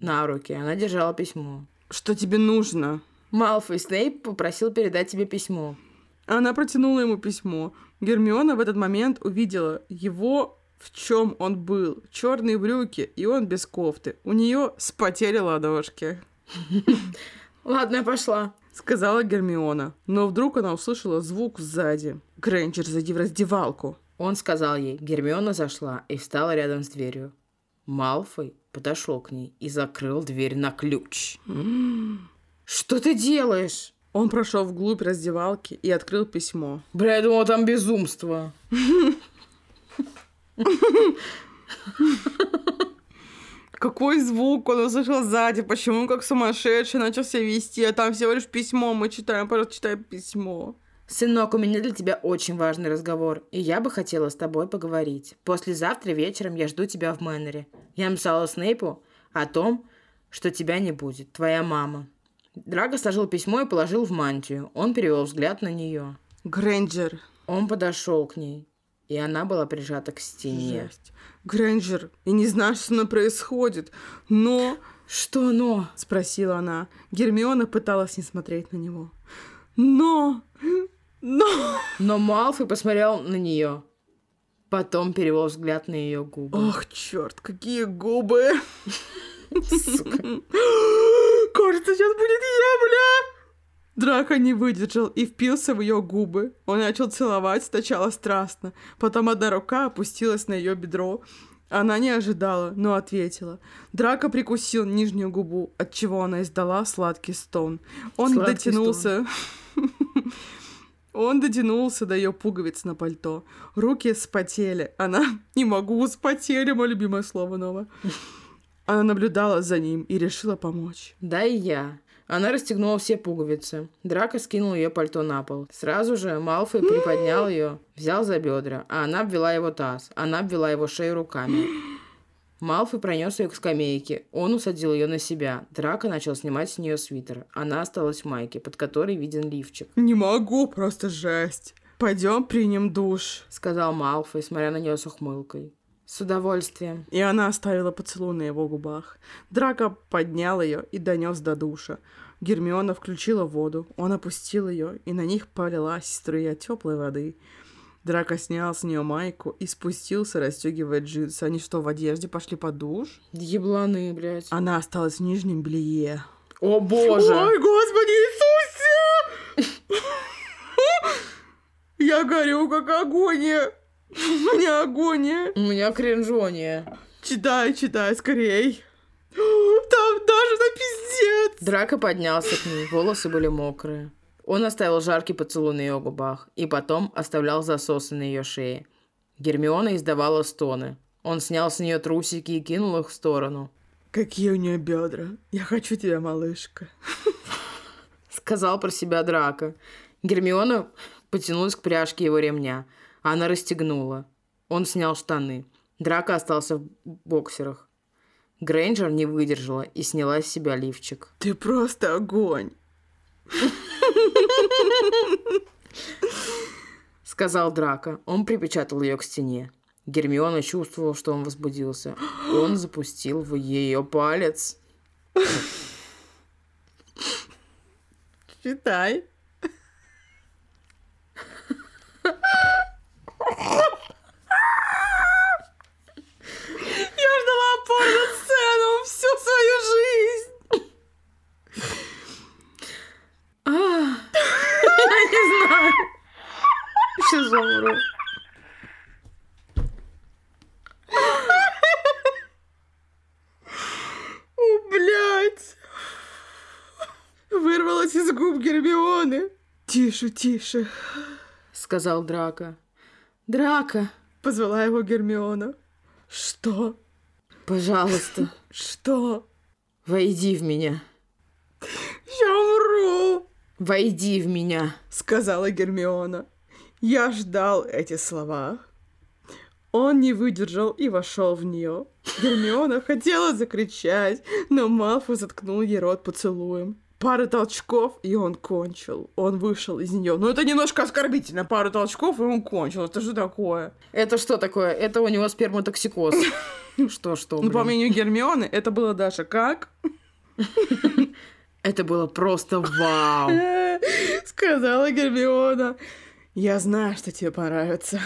на руки. Она держала письмо.
Что тебе нужно?
Малфой Снейп попросил передать тебе письмо.
Она протянула ему письмо. Гермиона в этот момент увидела его, в чем он был. Черные брюки, и он без кофты. У нее спотели ладошки,
Ладно, я пошла.
сказала Гермиона. Но вдруг она услышала звук сзади. Грэнджер, зайди в раздевалку.
Он сказал ей. Гермиона зашла и встала рядом с дверью. Малфой подошел к ней и закрыл дверь на ключ. Что ты делаешь?
Он прошел вглубь раздевалки и открыл письмо.
Бля, я думала, там безумство.
Какой звук он услышал сзади? Почему он как сумасшедший начал себя вести? А там всего лишь письмо. Мы читаем, пожалуйста, читаем письмо.
Сынок, у меня для тебя очень важный разговор, и я бы хотела с тобой поговорить. Послезавтра вечером я жду тебя в Мэннере. Я написала Снейпу о том, что тебя не будет, твоя мама. Драго сложил письмо и положил в мантию. Он перевел взгляд на нее.
Грэнджер,
Он подошел к ней И она была прижата к стене.
Жесть. Грэнджер, я не знаю, что со мной происходит, но...
Что но?
— спросила она. Гермиона пыталась не смотреть на него. «Но! Но!»
Но Малфой посмотрел на нее. Потом перевел взгляд на ее губы.
Ох, черт, какие губы!
Сука.
Кажется, сейчас будет я, бля! Драка не выдержал и впился в ее губы. Он начал целовать сначала страстно, потом одна рука опустилась на ее бедро. Она не ожидала, но ответила. Драка прикусил нижнюю губу, от чего она издала сладкий стон. Он
Сладкий
дотянулся. Он дотянулся до ее пуговиц на пальто. Руки спотели. Она не могу спотели, мое любимое слово новое. Она наблюдала за ним и решила помочь.
Да и я. Она расстегнула все пуговицы. Драко скинул ее пальто на пол. Сразу же Малфой приподнял ее, взял за бедра, а она обвела его таз, она обвела его шею руками. Малфой пронес ее к скамейке. Он усадил ее на себя. Драко начал снимать с нее свитер. Она осталась в майке, под которой виден лифчик.
Не могу, просто жесть. Пойдем примем душ.
Сказал Малфой, смотря на нее с ухмылкой. С удовольствием.
И она оставила поцелуй на его губах. Драко поднял ее и донес до душа. Гермиона включила воду, он опустил ее, и на них полилась струя теплой воды. Драко снял с нее майку и спустился, расстегивая джинсы. Они что, в одежде пошли под душ?
Ебланы, блядь.
Она осталась в нижнем белье.
О боже!
Ой, Господи Иисусе! Я горю, как агония! У меня агония!
У меня кринжония.
Читай, читай, скорей! Там даже на пиздец!
Драко поднялся к ней, волосы были мокрые. Он оставил жаркий поцелуй на ее губах и потом оставлял засосы на ее шее. Гермиона издавала стоны. Он снял с нее трусики и кинул их в сторону.
Какие у нее бедра! Я хочу тебя, малышка.
Сказал про себя Драко. Гермиона потянулась к пряжке его ремня. Она расстегнула. Он снял штаны. Драко остался в боксерах. Грейнджер не выдержала и сняла с себя лифчик.
Ты просто огонь.
— сказал Драко. Он припечатал ее к стене. Гермиона чувствовала, что он возбудился. Он запустил в ее палец.
Читай. Я ждала порно-сцену всю свою жизнь.
А, Я не знаю. Сейчас замру.
О, блядь! Вырвалась из губ Гермионы. Тише, тише.
Сказал Драко. Драко,
Позвала его Гермиона. Что?
пожалуйста,
Что?
войди в меня.
Я умру!
Войди в меня.
Сказала Гермиона. Я ждал эти слова. Он не выдержал и вошел в нее. Гермиона хотела закричать, но Малфу заткнул ей рот поцелуем. Пара толчков, и он кончил. Он вышел из нее. Ну, это немножко оскорбительно. Пара толчков, и он кончил. Это что такое?
Это что такое? Это у него спермотоксикоз. Что-что,
Ну, по
блин.
мнению Гермионы, это было даже как?
Это было просто вау.
Э, Сказала Гермиона. Я знаю, что тебе понравится.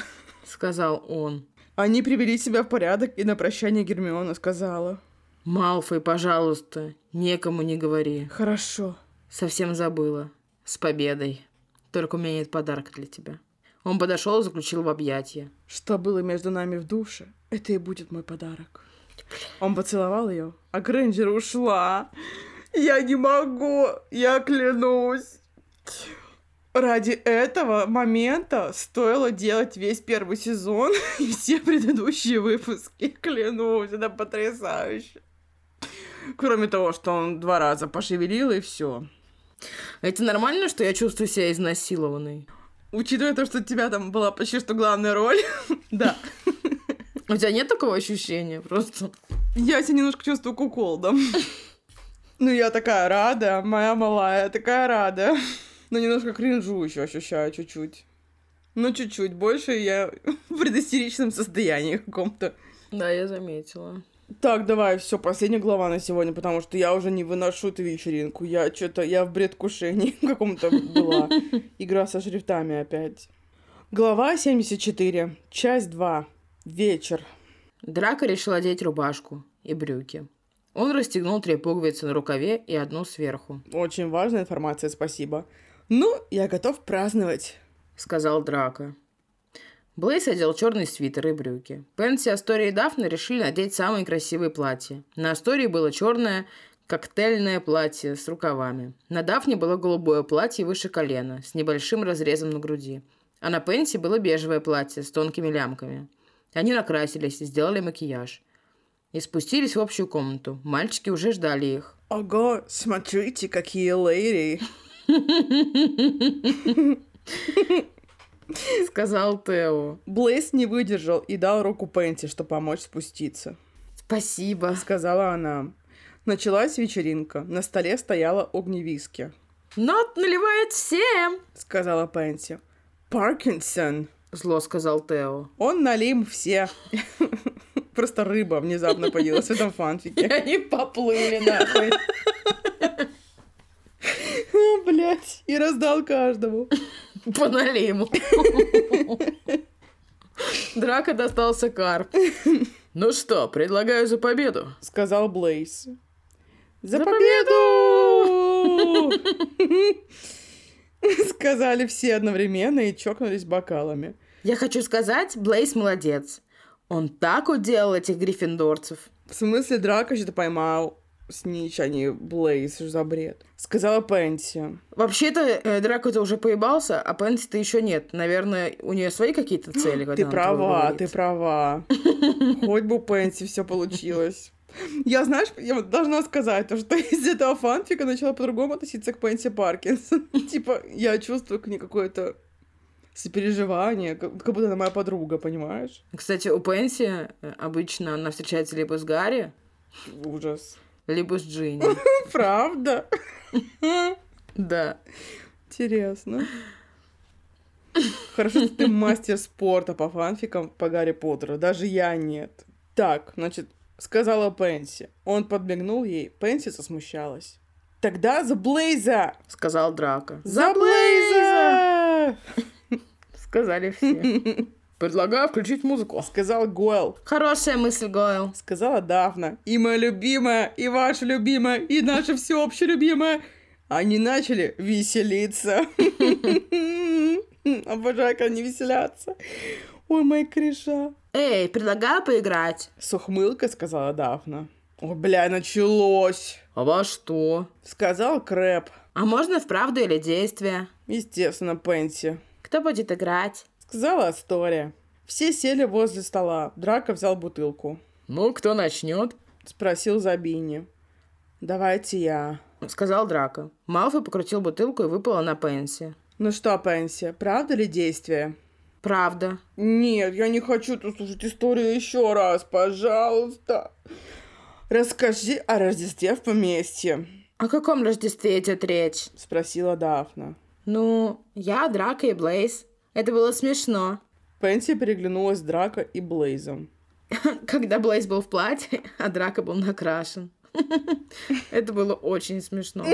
Сказал он.
Они привели себя в порядок, и на прощание Гермиона сказала.
Малфой, пожалуйста, некому не говори.
Хорошо.
Совсем забыла. С победой. Только у меня нет подарка для тебя. Он подошел и заключил в объятия.
Что было между нами в душе, это и будет мой подарок. Он поцеловал ее, а Грэнджер ушла. Я не могу, я клянусь. Ради этого момента стоило делать весь первый сезон и все предыдущие выпуски. Клянусь, это потрясающе. Кроме того, что он два раза пошевелил и все.
Это нормально, что я чувствую себя изнасилованной?
Учитывая то, что у тебя там была почти что главная роль, да.
У тебя нет такого ощущения просто?
Я себя немножко чувствую куколдом. Ну, я такая рада, моя малая такая рада. Но немножко кринжу еще ощущаю чуть-чуть. Ну, чуть-чуть больше я в предостеричном состоянии каком-то.
Да, я заметила.
Так, давай, все, последняя глава на сегодня, потому что я уже не выношу эту вечеринку. Я что-то, я в бредкушении каком-то была. Игра со шрифтами опять. Глава 74, часть 2. Вечер.
Драка решил одеть рубашку и брюки. Он расстегнул три пуговицы на рукаве и одну сверху,
Очень важная информация, спасибо. Ну, я готов праздновать.
сказал Драка. Блейс одел черный свитер и брюки. Пенси, Астория и Дафна решили надеть самые красивые платья. На Астории было черное коктейльное платье с рукавами. На Дафне было голубое платье выше колена, с небольшим разрезом на груди. А на Пенси было бежевое платье с тонкими лямками. Они накрасились и сделали макияж. И спустились в общую комнату. Мальчики уже ждали их.
Ого, смотрите, какие лейри.
Сказал Тео.
Блейс не выдержал и дал руку Пенти, чтобы помочь спуститься.
Спасибо.
Сказала она. Началась вечеринка. На столе стояла огневиски.
Нот наливает всем,
Сказала Пенти. Паркинсон.
зло сказал Тео.
Он налим все. Просто рыба внезапно появилась в этом фанфике.
Они поплыли нахуй.
Блять. И раздал каждому.
По налиму. Драка достался карп.
Ну что, предлагаю за победу.
Сказал Блейс. За
За
победу! Сказали все одновременно и чокнулись бокалами.
Я хочу сказать, Блейс молодец. Он так уделал этих гриффиндорцев.
В смысле, Драка что-то поймал Снич, а не Блейз, что за бред? Сказала Пенси.
Вообще-то, э, Драко-то уже поебался, а Пенси-то еще нет. Наверное, у нее свои какие-то цели. когда
Ты
она
права,
этого
ты
говорит.
права. Хоть бы у Пенси все получилось. Я, знаешь, я вот должна сказать, то, что из этого фанфика начала по-другому относиться к Пенси Паркинсон. Типа, я чувствую к ней какое-то сопереживание, как как будто она моя подруга, понимаешь?
Кстати, у Пенси э, обычно она встречается либо с Гарри,
Ужас.
либо с Джинни.
Правда?
Да.
Интересно. Хорошо, что ты мастер спорта по фанфикам по Гарри Поттеру. Даже я нет. Так, значит, сказала Пенси. Он подмигнул ей. Пенси засмущалась. Тогда за Блейза!
Сказал Драко.
За Блейза!
Сказали все.
Предлагаю включить музыку.
Сказал Гуэл.
Хорошая мысль, Гойл.
Сказала Дафна. И моя любимая, и ваша любимая, и наша всеобще любимая. Они начали веселиться. Обожаю, как они веселятся. Ой, моя криша.
Эй, предлагаю поиграть.
С ухмылкой сказала Дафна. О, бля, началось!
А во что?
Сказал Крэп.
А можно в правду или действие?
Естественно, Пенси.
Кто будет играть?
Сказала Астория. Все сели возле стола. Драко взял бутылку.
Ну, кто начнет?
Спросил Забини. Давайте я.
Сказал Драко. Малфой покрутил бутылку и выпала на Пенси.
Ну что, Пенси, правда ли действие?
Правда.
Нет, я не хочу тут слушать историю еще раз, пожалуйста. Расскажи о Рождестве в поместье,
О каком Рождестве идет речь?
спросила Дафна.
Ну, я, Драко и Блейз. Это было смешно.
Пенси переглянулась с Драко и Блейзом.
Когда Блейз был в платье, а Драко был накрашен. Это было очень смешно.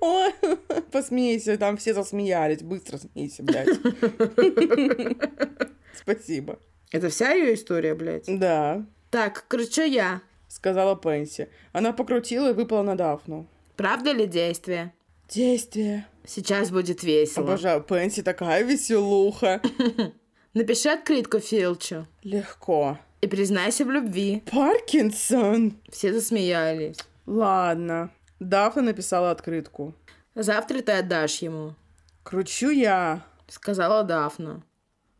Ой, посмейся, там все засмеялись. Быстро смейся, блядь. Спасибо.
Это вся ее история, блядь.
Да,
Так, кручу я.
сказала Пенси. Она покрутила и выпала на Дафну.
Правда или действие?
Действие.
Сейчас будет весело.
Обожаю, Пенси такая веселуха.
Напиши открытку Филчу
Легко.
и признайся в любви.
Паркинсон.
Все засмеялись.
Ладно. Дафна написала открытку.
Завтра ты отдашь ему,
Кручу я.
сказала Дафна.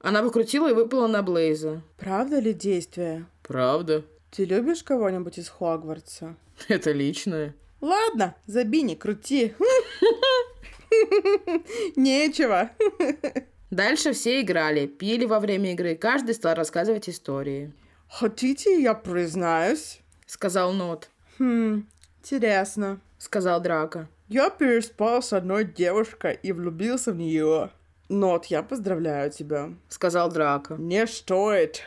Она покрутила и выпала на Блейза.
Правда ли действие?
Правда?
Ты любишь кого-нибудь из Хогвартса?
Это личное.
Ладно, забей, не крути. Нечего.
Дальше все играли, пили во время игры, каждый стал рассказывать истории.
Хотите, я признаюсь?
Сказал Нот,
Хм, интересно.
сказал Драко.
Я переспал с одной девушкой и влюбился в нее. Нот, я поздравляю тебя.
Сказал Драко.
Не стоит.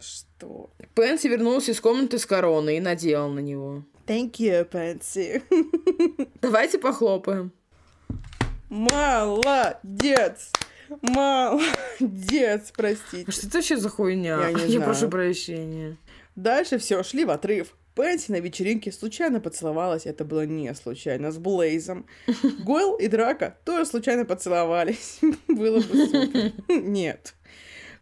Что?
Пенси вернулся из комнаты с короной и надела на него.
Thank you, Пенси.
Давайте похлопаем.
Молодец! Молодец, простите.
Что это вообще за хуйня?
Я не знаю.
прошу прощения.
Дальше все, шли в отрыв. Пенси на вечеринке случайно поцеловалась, это было не случайно, с Блейзом. Гойл и Драка тоже случайно поцеловались. Было бы супер. Нет.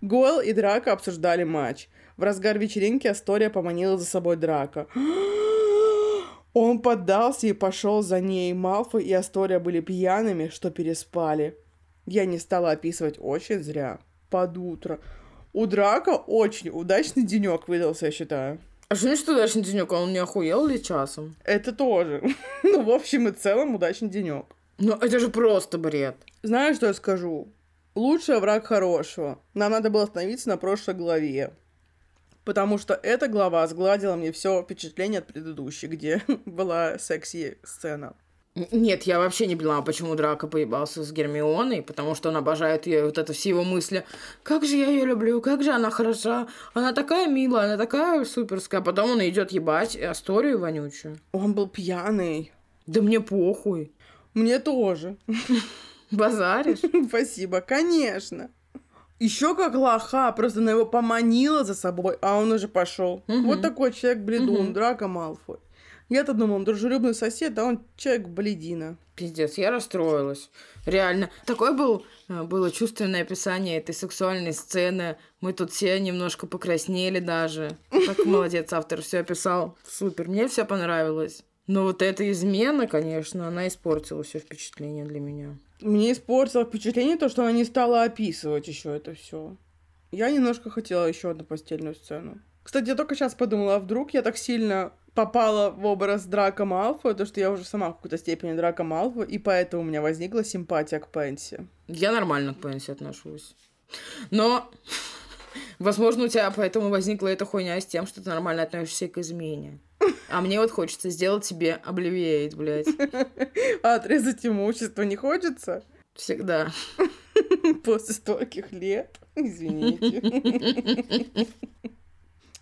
Гойл и Драка обсуждали матч. В разгар вечеринки Астория поманила за собой Драка. Он поддался и пошел за ней. Малфой и Астория были пьяными, что переспали. Я не стала описывать очень зря. Под утро. У Драка очень удачный денек выдался, я считаю.
А что значит удачный денек? Он не охуел ли часом?
Это тоже. Ну, в общем и целом, удачный денек.
Ну, это же просто бред.
Знаешь, что я скажу? Лучший враг хорошего. Нам надо было остановиться на прошлой главе. Потому что эта глава сгладила мне все впечатление от предыдущей, где была секси-сцена.
Н- Нет, я вообще не поняла, почему Драко поебался с Гермионой, потому что он обожает ее, и вот это все его мысли. Как же я ее люблю, как же она хороша, она такая милая, она такая суперская. А Потом он идет ебать Асторию вонючую.
Он был пьяный.
Да мне похуй.
Мне тоже.
Базаришь?
Спасибо, конечно. Еще как лоха, просто она его поманила за собой, а он уже пошел.
Мгм.
Вот такой человек бледун,
Мгм.
Драко Малфой. Я-то думал, он дружелюбный сосед, а он человек бледина.
Пиздец, я расстроилась. Реально. Такое был, э, было чувственное описание этой сексуальной сцены. Мы тут все немножко покраснели даже. Так молодец, автор все описал. Супер, мне все понравилось. Но вот эта измена, конечно, она испортила все впечатление для меня.
Мне испортило впечатление то, что она не стала описывать еще это все. Я немножко хотела еще одну постельную сцену. Кстати, я только сейчас подумала, а вдруг я так сильно попала в образ Драка Малфоя, то что я уже сама в какой-то степени Драка Малфоя, и поэтому у меня возникла симпатия к Пенси.
Я нормально к Пенси отношусь. Но, возможно, у тебя поэтому возникла эта хуйня с тем, что ты нормально относишься и к измене. А мне вот хочется сделать тебе обливеет, блядь.
А отрезать имущество не хочется
Всегда.
после стольких лет? Извините.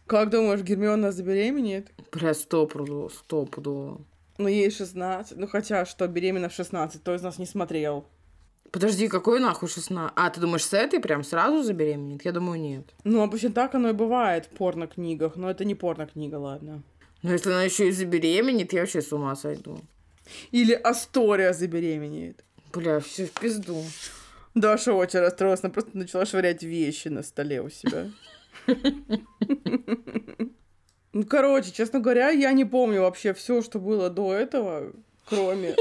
Как думаешь, Гермиона забеременеет?
Бля, стопудово, стопудово.
Ну, ей 16. Ну, хотя, что беременна в 16, кто из нас не смотрел.
Подожди, какой нахуй 16? А, ты думаешь, с этой прям сразу забеременеет? Я думаю, нет.
Ну, обычно так оно и бывает в порнокнигах, но это не порнокнига, ладно.
Но если она еще и забеременеет, я вообще с ума сойду.
Или Астория забеременеет.
Бля, все в пизду.
Даша очень расстроилась, она просто начала швырять вещи на столе у себя. Ну, короче, честно говоря, я не помню вообще все, что было до этого, кроме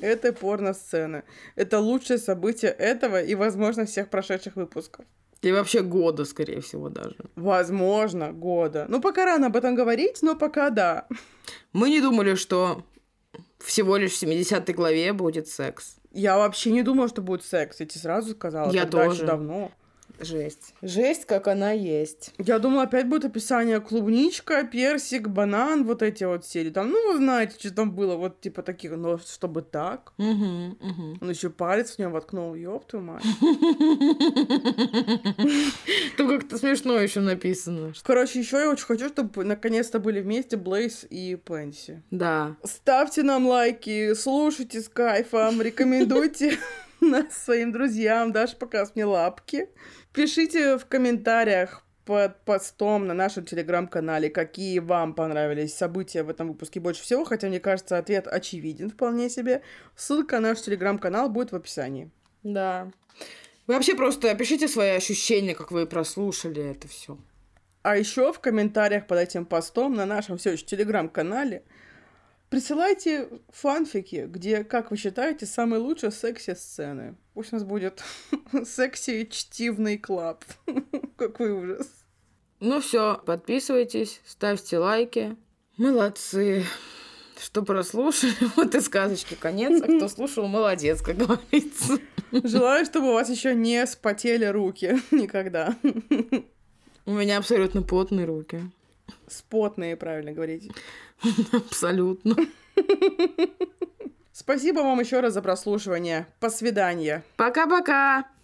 этой порно-сцены. Это лучшее событие этого и, возможно, всех прошедших выпусков.
И вообще года, скорее всего, даже.
Возможно, года. Ну, пока рано об этом говорить, но пока да.
Мы не думали, что всего лишь в 70 главе будет секс.
Я вообще не думала, что будет секс. Я тебе сразу сказала.
Я
тогда ещё
тоже.
давно.
Жесть. Жесть, как она есть.
Я думала, опять будет описание клубничка, персик, банан, вот эти вот серии. Там, ну, вы знаете, что там было, вот типа таких, но чтобы так.
Угу, угу.
Он еще палец в него воткнул, ёб твою мать.
Там как-то смешно еще написано.
Короче, еще я очень хочу, чтобы наконец-то были вместе Блейз и Пенси.
Да.
Ставьте нам лайки, слушайте с кайфом, рекомендуйте нас своим друзьям, Даша показ мне лапки. Пишите в комментариях под постом на нашем телеграм-канале, какие вам понравились события в этом выпуске больше всего, хотя, мне кажется, ответ очевиден вполне себе. Ссылка на наш телеграм-канал будет в описании.
Да. Вы вообще просто опишите свои ощущения, как вы прослушали это все.
А еще в комментариях под этим постом на нашем все еще телеграм-канале присылайте фанфики, где, как вы считаете, самые лучшие секси-сцены. Пусть у нас будет секси-чтивный клаб. Какой ужас.
Ну все, подписывайтесь, ставьте лайки. Молодцы. Что прослушали, вот и сказочки конец. А кто слушал, молодец, как говорится.
Желаю, чтобы у вас еще не спотели руки никогда.
У меня абсолютно потные руки.
Спотные, правильно говорить.
Абсолютно.
Спасибо вам еще раз за прослушивание. По свидания.
Пока-пока.